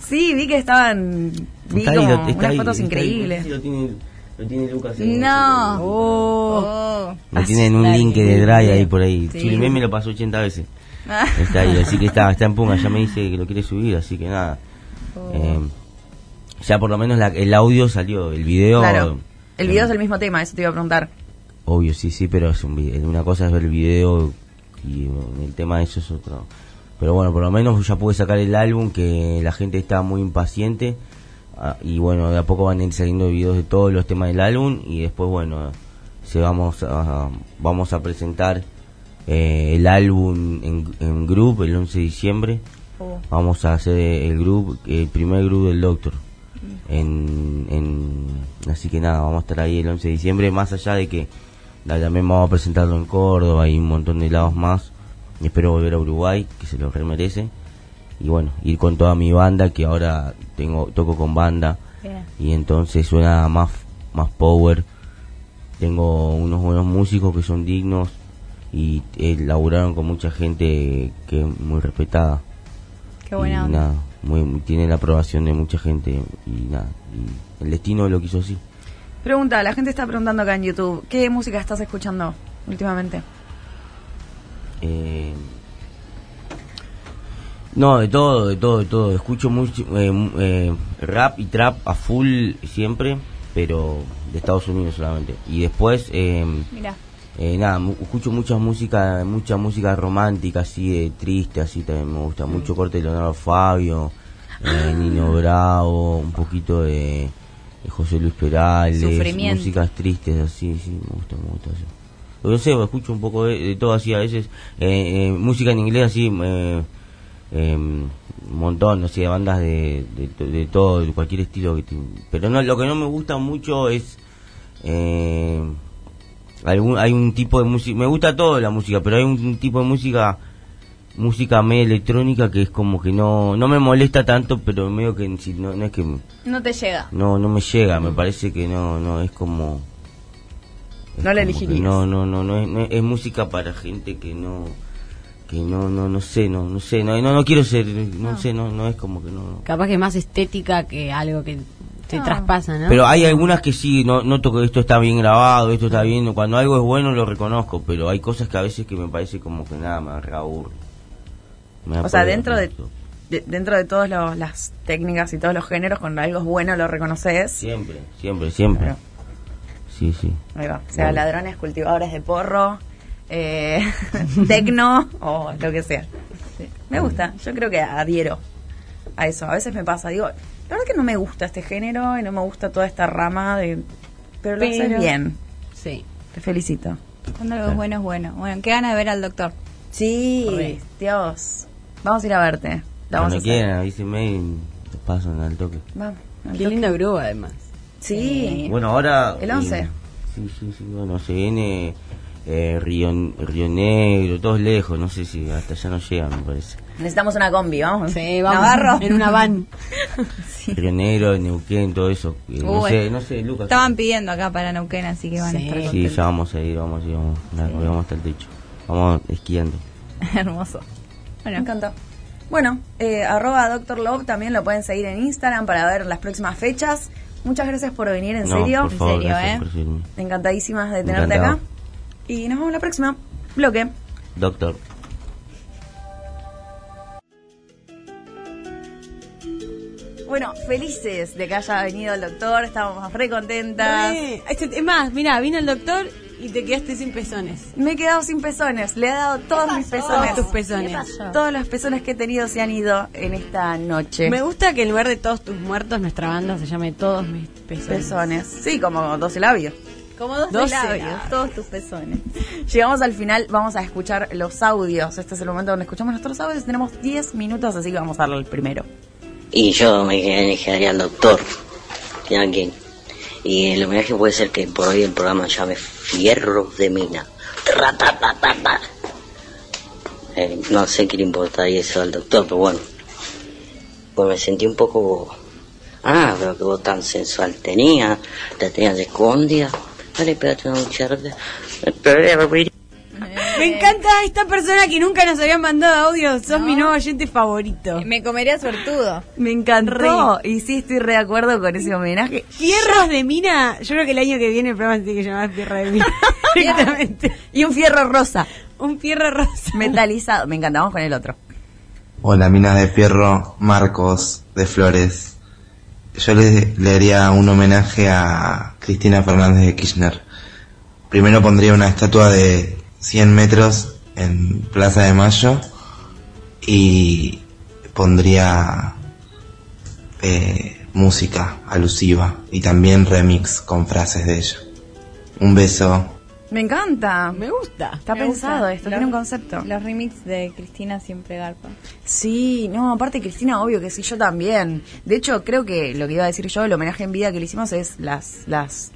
sí, vi que estaban vi
Está ahí,
como
lo- está
unas
ahí,
fotos
está ahí.
increíbles.
Sí, Lo tiene, lo tiene Lucas. ahí.
No.
Oh.
Oh.
Lo tiene en un
Así
link
está
de Drive
bien.
ahí por ahí.
Sí.
Chulimén me lo pasó 80 veces.
Ah.
Está ahí, así que está, está en punga, ya me dice que lo quiere subir, así que nada. Eh, ya por lo menos la- el audio salió, el video...
Claro. El video
eh,
es el mismo tema, eso te iba a preguntar.
Obvio, sí, sí, pero es un vide- una cosa es ver el video y bueno, el tema de eso es otro. Pero bueno, por lo menos ya pude sacar el álbum que la gente está muy impaciente ah, y bueno, de a poco van a ir saliendo videos de todos los temas del álbum y después bueno, se vamos a, vamos a presentar eh, el álbum en, en grupo el 11 de diciembre. Vamos a hacer el grupo, el primer grupo del Doctor. En, en- así que nada, vamos a estar ahí el 11 de diciembre, más allá de que la- también vamos a presentarlo en Córdoba y un montón de lados más. Y espero volver a Uruguay, que se lo remerece. Y bueno, ir con toda mi banda, que ahora tengo toco con banda.
Bien.
Y entonces suena más, más power. Tengo unos buenos músicos que son dignos y eh, laburaron con mucha gente que es muy respetada
Qué buena
y
onda.
nada, muy- muy- tiene la aprobación de mucha gente y nada. Y el destino lo quiso así.
Pregunta, la gente está preguntando acá en YouTube, ¿qué música estás escuchando últimamente?
Eh, no, de todo, de todo, de todo. Escucho mucho eh, mu- eh, rap y trap a full siempre, pero de Estados Unidos solamente. Y después, eh,
Mira.
eh, nada, mu- escucho mucha música, mucha música romántica, así de triste, así también me gusta. Mucho corte de Leonardo Fabio, eh, Nino Bravo, un poquito de, de José Luis Perales,
Sufrimiento.
músicas tristes, así, sí, me gusta, me gusta eso. No sé, escucho un poco de, de todo así a veces, eh, eh, música en inglés así, eh, eh, un montón, no sé, bandas de, de, to- de todo, de cualquier estilo. Que te- pero no, lo que no me gusta mucho es... Eh, algún hay un tipo de música me gusta toda la música pero hay un, un tipo de música música medio electrónica que es como que no no me molesta tanto pero medio que si no, no es que
No te llega.
no no me llega me parece que no no es como es
No la
como que
elegirías.
no no no no es, no es- es música para gente que no que no no no sé no no sé no no, no quiero ser
Ah.
no, sé no no es como que no, no.
Capaz que es más estética que algo que te
No.
traspasa, ¿no?
Pero hay algunas que sí, no, noto que esto está bien grabado, esto está bien, cuando algo es bueno lo reconozco, pero hay cosas que a veces que me parece como que nada, me reaburre. Me
O sea,
aburre
dentro de,
tanto.
de- dentro de todas lo- las técnicas y todos los géneros, cuando algo es bueno lo reconoces.
Siempre, siempre, siempre.
Claro.
Sí, sí.
Ahí va. O sea,
Bueno.
ladrones, cultivadores de porro, eh, tecno o lo que sea. Sí. Me gusta, yo creo que adhiero a eso. A veces me pasa, digo, la verdad que no me gusta este género y no me gusta toda esta rama de... Pero lo haces
Pero-
bien,
Sí.
te felicito.
Cuando algo es bueno es bueno. Bueno, qué gana de ver al doctor.
Sí, Dios. Vamos a ir a verte. La vamos
Cuando
a hacer.
quieran, avísenme y te pasan al toque.
Vamos. al
Qué
toque.
lindo grupo, además.
Sí.
Bueno, ahora...
El 11.
eh, sí, sí, sí, bueno, se viene eh, Río, Río Negro, todos lejos, no sé si hasta allá no llega, me parece.
Necesitamos una combi, vamos.
Sí, vamos.
Navarro.
En una van.
Río Negro, Neuquén, todo eso. eh, no
Uy.
sé, no sé, Lucas.
Estaban pidiendo acá para Neuquén, así que van a
Sí.
estar
Sí,
contentos.
ya vamos a ir, vamos a ir, vamos, la- vamos hasta el techo. Vamos esquiando.
Hermoso.
Me
Bueno,
encantó. Bueno, eh, arroba Dr. Love también lo pueden seguir en Instagram para ver las próximas fechas. Muchas gracias por venir, en
No,
serio.
por favor,
serio,
gracias
¿eh?
por seguirme.
Encantadísimas de tenerte
Encantado.
acá. Y nos vemos la próxima. Bloque.
Doctor.
Bueno, felices de que haya venido el doctor, estábamos re contentas.
Re. Este- Es más, mira, vino el doctor y te quedaste sin pezones.
Me he quedado sin pezones, le he dado todos mis pezones.
Todos tus pezones.
Todos los pezones que he tenido se han ido en esta noche.
Me gusta que en lugar de todos tus muertos, nuestra banda se llame Todos mis pezones.
pezones. Sí, como 12 labios.
como dos,
Dos
labios,
labios.
todos tus pezones.
Llegamos al final, vamos a escuchar los audios. Este es el momento donde escuchamos nuestros audios. Tenemos 10 minutos, así que vamos a darle el primero.
Y yo me quedé- me quedaría al doctor. que alguien. Y el homenaje puede ser que por hoy el programa se llame Fierros de Mina. Tra, ta, ta, ta, ta. Eh, no sé qué le importaría eso al doctor, pero bueno. Pues me sentí un poco... Ah, pero que vos tan sensual tenías, te tenías de escondida. Dale, pégate una cucharada.
Me encanta esta persona que nunca nos había mandado audio. Sos mi nuevo oyente favorito.
Me comería suertudo.
Me encantó. Y sí, estoy re de acuerdo con ese homenaje.
Fierros de mina. Yo creo que el año que viene el programa se tiene que llamar Fierro de mina. Directamente.
Y un fierro rosa,
Un fierro rosa.
metalizado. Me encantamos con el otro.
Hola, minas de Pierro, Marcos de Flores. Yo les, le haría un homenaje a Cristina Fernández de Kirchner. Primero pondría una estatua de 100 metros en Plaza de Mayo y pondría eh, música alusiva y también remix con frases de ella. Un beso.
Me encanta.
Me gusta.
Está
Me
pensado
gusta.
esto,
Los-
tiene un concepto.
Los remix de Cristina siempre garpa.
Sí, no, aparte Cristina, obvio que sí, yo también. De hecho, creo que lo que iba a decir yo, el homenaje en vida que le hicimos es las, las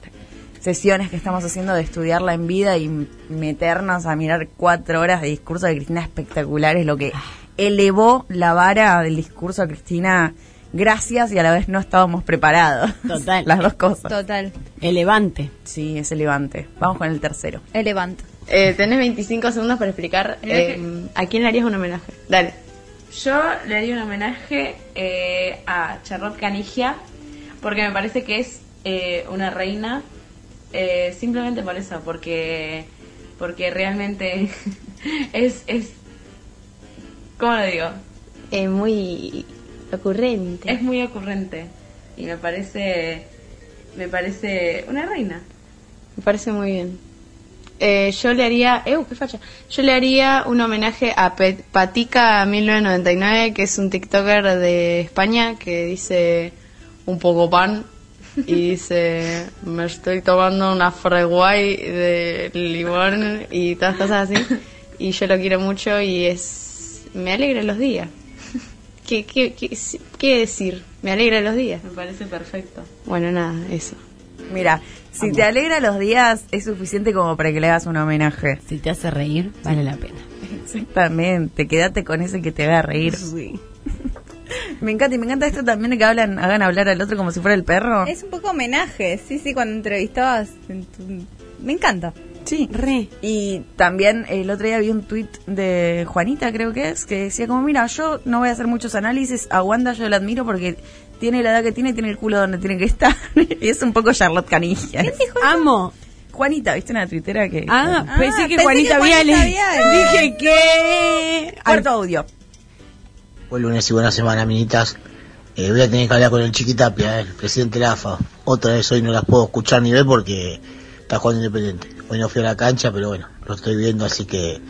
sesiones que estamos haciendo de estudiarla en vida y meternos a mirar cuatro horas de discurso de Cristina espectaculares, lo que elevó la vara del discurso de Cristina. Gracias y a la vez no estábamos preparados.
Total.
Las dos cosas.
Total.
Elevante.
Sí, es elevante. Vamos con el tercero.
El levanta.
Eh, tenés 25 segundos para explicar eh, a quién le harías un homenaje. Dale.
Yo le haría un homenaje eh, a Charlotte Canigia porque me parece que es eh, una reina eh, simplemente por eso, porque porque realmente es, es, ¿cómo lo digo?
Es muy ocurrente.
Es muy ocurrente y me parece, me parece una reina.
Me parece muy bien. Eh, yo le haría, ¡eu, qué facha! Yo le haría un homenaje a Pe- Patica1999, que es un TikToker de España que dice un poco pan y dice: Me estoy tomando una freguay de limón y todas cosas así. Y yo lo quiero mucho y es. Me alegra los días. ¿Qué, qué, qué, qué decir? Me alegra los días.
Me parece perfecto.
Bueno, nada, eso.
Mira, si te alegra los días, es suficiente como para que le hagas un homenaje.
Si te hace reír, vale la pena.
Exactamente, quédate con ese que te va a reír. Me encanta, y me encanta esto también de que hablan, hagan hablar al otro como si fuera el perro.
Eh,
Es un poco homenaje, sí, sí, cuando entrevistabas. en tu- Me encanta.
Sí, re.
Y también el otro día vi un tuit de Juanita, creo que es, que decía como, mira, yo no voy a hacer muchos análisis, a Wanda yo la admiro porque tiene la edad que tiene y tiene el culo donde tiene que estar. y es un poco Charlotte Canigia.
Amo.
Juanita, ¿viste una tuitera que...
Ah,
Ah,
pensé que
pensé
Juanita
que Juanita
Viale.
Viale.
Dije que.
Cuarto audio.
Buen lunes y buena semana, minitas. Eh, voy a tener que hablar con el Chiquitapia, el presidente de la AFA. Otra vez hoy no las puedo escuchar ni ver porque está jugando Independiente. Hoy no fui a la cancha, pero bueno, lo estoy viendo, así que...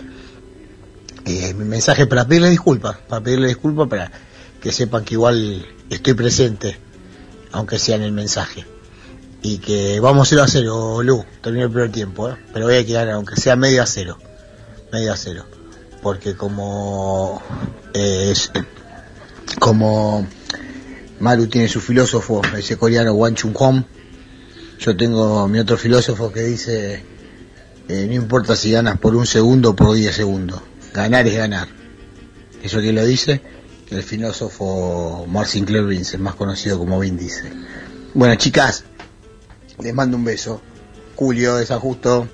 eh, mi mensaje es para pedirle disculpas, para pedirle disculpas para que sepan que igual estoy presente, aunque sea en el mensaje. Y que vamos 0 a 0, Lu, termina el primer tiempo, ¿eh? pero voy a quedar aunque sea medio a cero, medio a cero. Porque como eh, es- como Maru tiene su filósofo, ese coreano Wan Chun Hong, yo tengo mi otro filósofo que dice, eh, no importa si ganas por un segundo o por 10 segundos, ganar es ganar. Eso que lo dice el filósofo Marcin Sinclair Vince, más conocido como Vin dice. Bueno, chicas, les mando un beso. Julio, desajusto.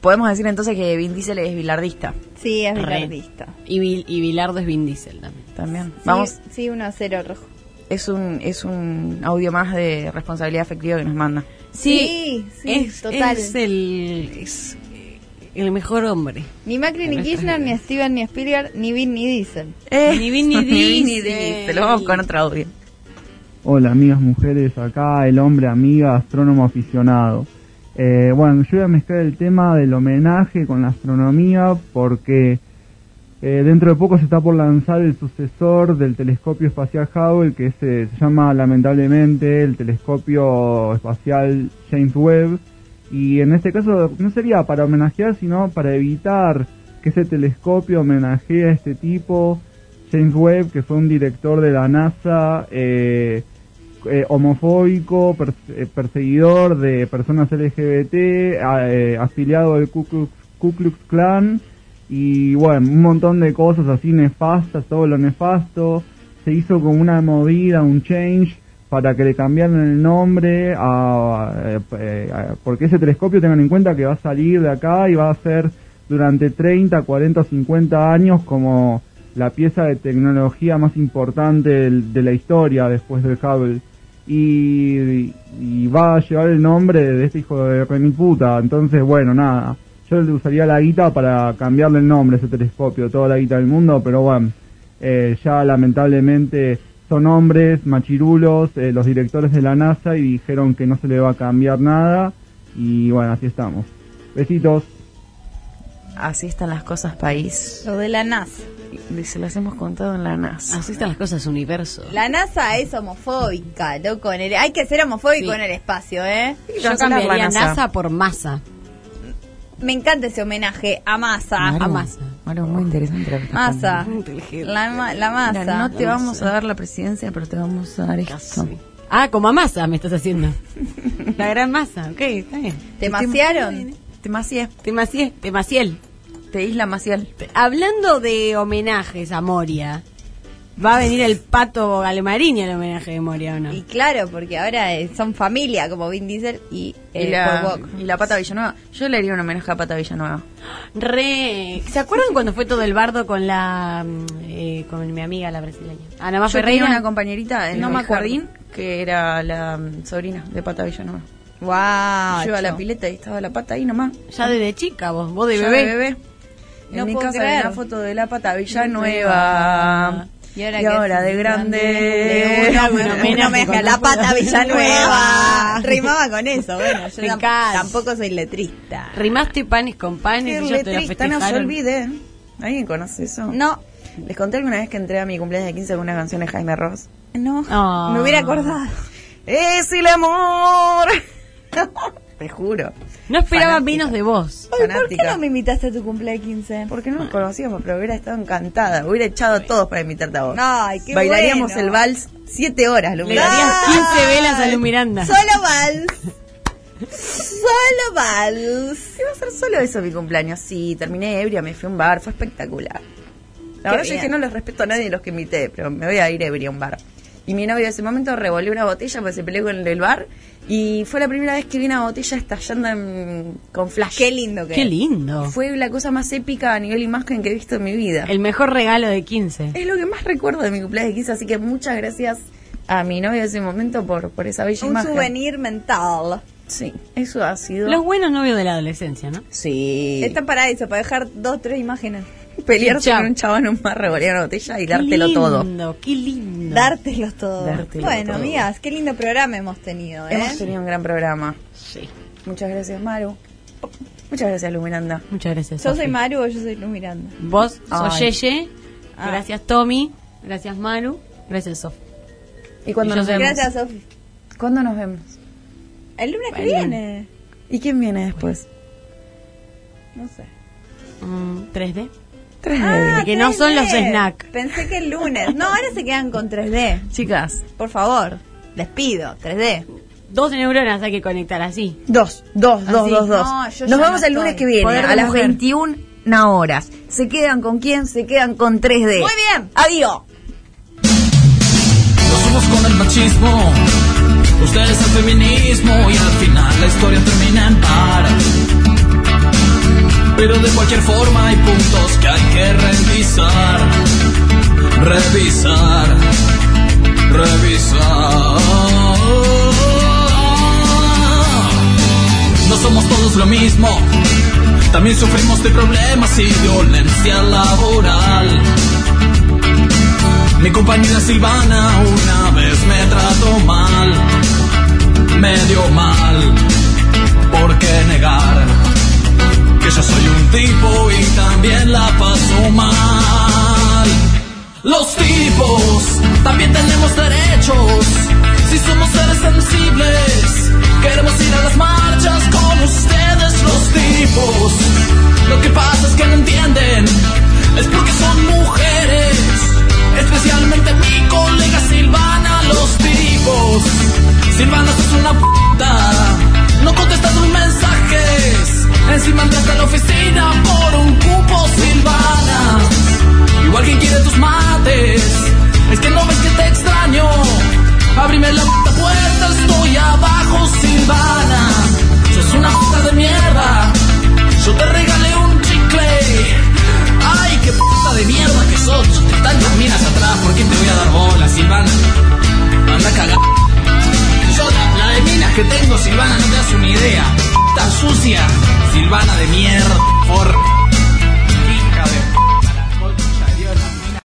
Podemos decir entonces que Vin Diesel es bilardista
Sí, es
Re.
bilardista.
Y, Vil- y Bilardo es Vin Diesel también.
también.
Sí,
Vamos,
Sí, 1 a 0 rojo.
es un, es un audio más de responsabilidad afectiva que nos manda.
Sí, sí,
es,
total.
Es el, es el mejor hombre.
Ni Macri, ni Kirchner, ni Steven, ni Spielberg, ni Vin, ni Diesel.
Eh,
Ni Vin ni Diesel.
Te lo vamos con otro audio.
Hola amigas mujeres, acá el hombre amiga astrónomo aficionado. Eh, bueno, yo voy a mezclar el tema del homenaje con la astronomía porque eh, dentro de poco se está por lanzar el sucesor del telescopio espacial Hubble que se, se llama lamentablemente el telescopio espacial James Webb y en este caso no sería para homenajear sino para evitar que ese telescopio homenajee a este tipo James Webb, que fue un director de la NASA, eh, eh, homofóbico, per- eh, perseguidor de personas LGBT, a- eh, afiliado del Ku Klux, Ku Klux Klan y bueno, un montón de cosas así nefastas, todo lo nefasto. Se hizo como una movida, un change para que le cambiaran el nombre a, eh, eh, a- porque ese telescopio tengan en cuenta que va a salir de acá y va a ser durante 30, 40, 50 años como la pieza de tecnología más importante del- de la historia después del Hubble. Y, y va a llevar el nombre de este hijo de reniputa. Entonces, bueno, nada. Yo le usaría la guita para cambiarle el nombre a ese telescopio, toda la guita del mundo, pero bueno, eh, ya lamentablemente son hombres, machirulos, eh, los directores de la NASA y dijeron que no se le va a cambiar nada. Y bueno, así estamos. Besitos.
Así están las cosas, país.
Lo de la NASA.
Se las hemos contado en la NASA.
Así están las cosas, universo.
La NASA es homofóbica, loco. En el- hay que ser homofóbico en el espacio, ¿eh?
Yo cambiaría NASA. por masa.
Me encanta ese homenaje a masa.
Ah,
Maru,
A masa.
Maru, muy interesante lo que estás
Masa.
contando.
La, ma- la masa.
Mira, no te vamos a dar la presidencia, pero te vamos a dar esto.
Ah, como a masa me estás haciendo. La gran masa, ok, está bien.
¿Te maciaron?
Te macié.
Te macié, te maciel.
Te isla macial.
Hablando de homenajes a Moria, ¿va a venir el pato Galemarini al homenaje de Moria o no?
Y claro, porque ahora eh, son familia, como Vin Diesel y,
Y
eh,
la,
Paul Walker.
y la Pata Villanueva. Yo le haría un homenaje a Pata Villanueva.
Re. Eh, ¿Se acuerdan cuando fue todo el bardo con la. mm, eh, con mi amiga, la brasileña? Ana Más
Yo
Ferreira.
tenía una compañerita en
No me
el
acuerdo.
jardín que era la mm, sobrina de Pata Villanueva.
Guau,
Yo iba a la
chao.
pileta y estaba la pata ahí nomás.
Ya desde chica vos, vos de
Ya
bebé.
En
No
mi
puedo
casa
creer.
hay una foto de la pata Villanueva.
Y
Y
ahora
ahora,
que es
de grande.
grande, le hago un homenaje
Una mezcla,
con la pata Villanueva. Rimaba con eso, bueno, yo
Ah, Me
tam-
encanta.
tampoco soy letrista.
Rimaste panes con panes y
Qué
yo te la
letrista, no se
festejaron.
olviden.
¿eh?
¿Alguien conoce eso?
No,
Les conté alguna vez que entré a mi cumpleaños de 15 con una canción de Jaime Ross.
no,
Ah.
me hubiera acordado.
¡Es el amor! Te juro.
No esperaba
Fanática.
menos de vos.
Ay, ¿Por qué
Fanática.
no me invitaste a tu cumpleaños eh? 15?
Porque no nos conocíamos, pero hubiera estado encantada. Hubiera echado a todos para invitarte a vos.
Ay, qué
Bailaríamos
bueno.
el vals siete horas, lo
Le darías 15 velas a Lu Miranda.
Solo vals. Solo vals.
Iba a ser solo eso mi cumpleaños. Sí, terminé ebria, me fui a un bar, fue espectacular. La verdad
bien.
es que no los respeto a nadie de los que invité, pero me voy a ir ebria a un bar. Y mi novio en ese momento revolvió una botella porque se peleó con el del bar. Y fue la primera vez que vi una botella estallando en- con flash.
Qué lindo que
Qué
es.
lindo.
Fue la cosa más épica a nivel imagen que he visto en mi vida.
El mejor regalo de 15.
Es lo que más recuerdo de mi cumpleaños de 15, así que muchas gracias a mi novio de ese momento por, por esa bella
Un
imagen.
souvenir mental.
Sí, eso ha sido...
Los buenos novios de la adolescencia, ¿no?
Sí.
Está para eso, para dejar dos, tres imágenes.
pelearse
Chao.
con un chabón en un bar, revolear una botella y dártelo
qué
todo.
lindo, Qué lindo.
Dártelos todos.
Dártelo
bueno,
todo.
amigas, qué lindo programa hemos tenido, ¿eh?
Hemos tenido un gran programa.
Sí.
Muchas gracias, Maru. Muchas gracias, Lu Miranda.
Muchas gracias.
Yo soy
Sofi.
Maru, yo soy Lu Miranda.
Vos sos
Ay.
Yeye.
Ah.
Gracias, Tommy. Gracias, Maru. Gracias, Sof.
¿Y cuándo
Y yo
nos
soy-
vemos?
Gracias, Sofi.
¿Cuándo nos vemos?
El lunes que
Bueno.
viene.
¿Y quién viene después?
No sé.
Mm, 3D.
Tres
Ah,
Eh, que no son los
3D.
snack.
Pensé que el lunes. No, ahora se quedan con 3D.
Chicas.
Por favor, les pido, 3D.
Dos neuronas hay que conectar así.
Dos, dos, dos,
Así.
dos, dos.
No, yo ya
Nos vemos
no
el lunes
estoy.
que viene
Poder de
a las
mujer.
21 horas. ¿Se quedan con quién? Se quedan con 3D.
Muy bien, adiós.
Los somos con el machismo, ustedes el feminismo y al final la historia termina en par. Pero de cualquier forma hay puntos que hay que revisar, revisar,
Ah.
revisar. No somos todos lo mismo, también sufrimos de problemas y violencia laboral. Mi compañera Silvana una vez me trató mal, medio mal. ¿Por qué negar que yo soy un tipo y también la paso mal? Los tipos también tenemos derechos. Si somos seres sensibles, queremos ir a las marchas con ustedes, los tipos. Lo que pasa es que no entienden, es porque son mujeres. Especialmente mi colega Silvana, los tipos.
Si mandaste a la oficina por un cupo silvana. Igual quien quiere tus mates. Es que no ves que te extraño. Abrime la puta puerta, estoy abajo, Silvana. Sos una puta de mierda. Yo te regalé un chicle. Ay, qué puta de mierda que sos. Te tantas miras atrás, ¿por qué te voy a dar bola, Silvana? Anda a cagar. Yo la, la de minas que tengo, Silvana, no te das una idea. Tan sucia, Silvana de mierda, por.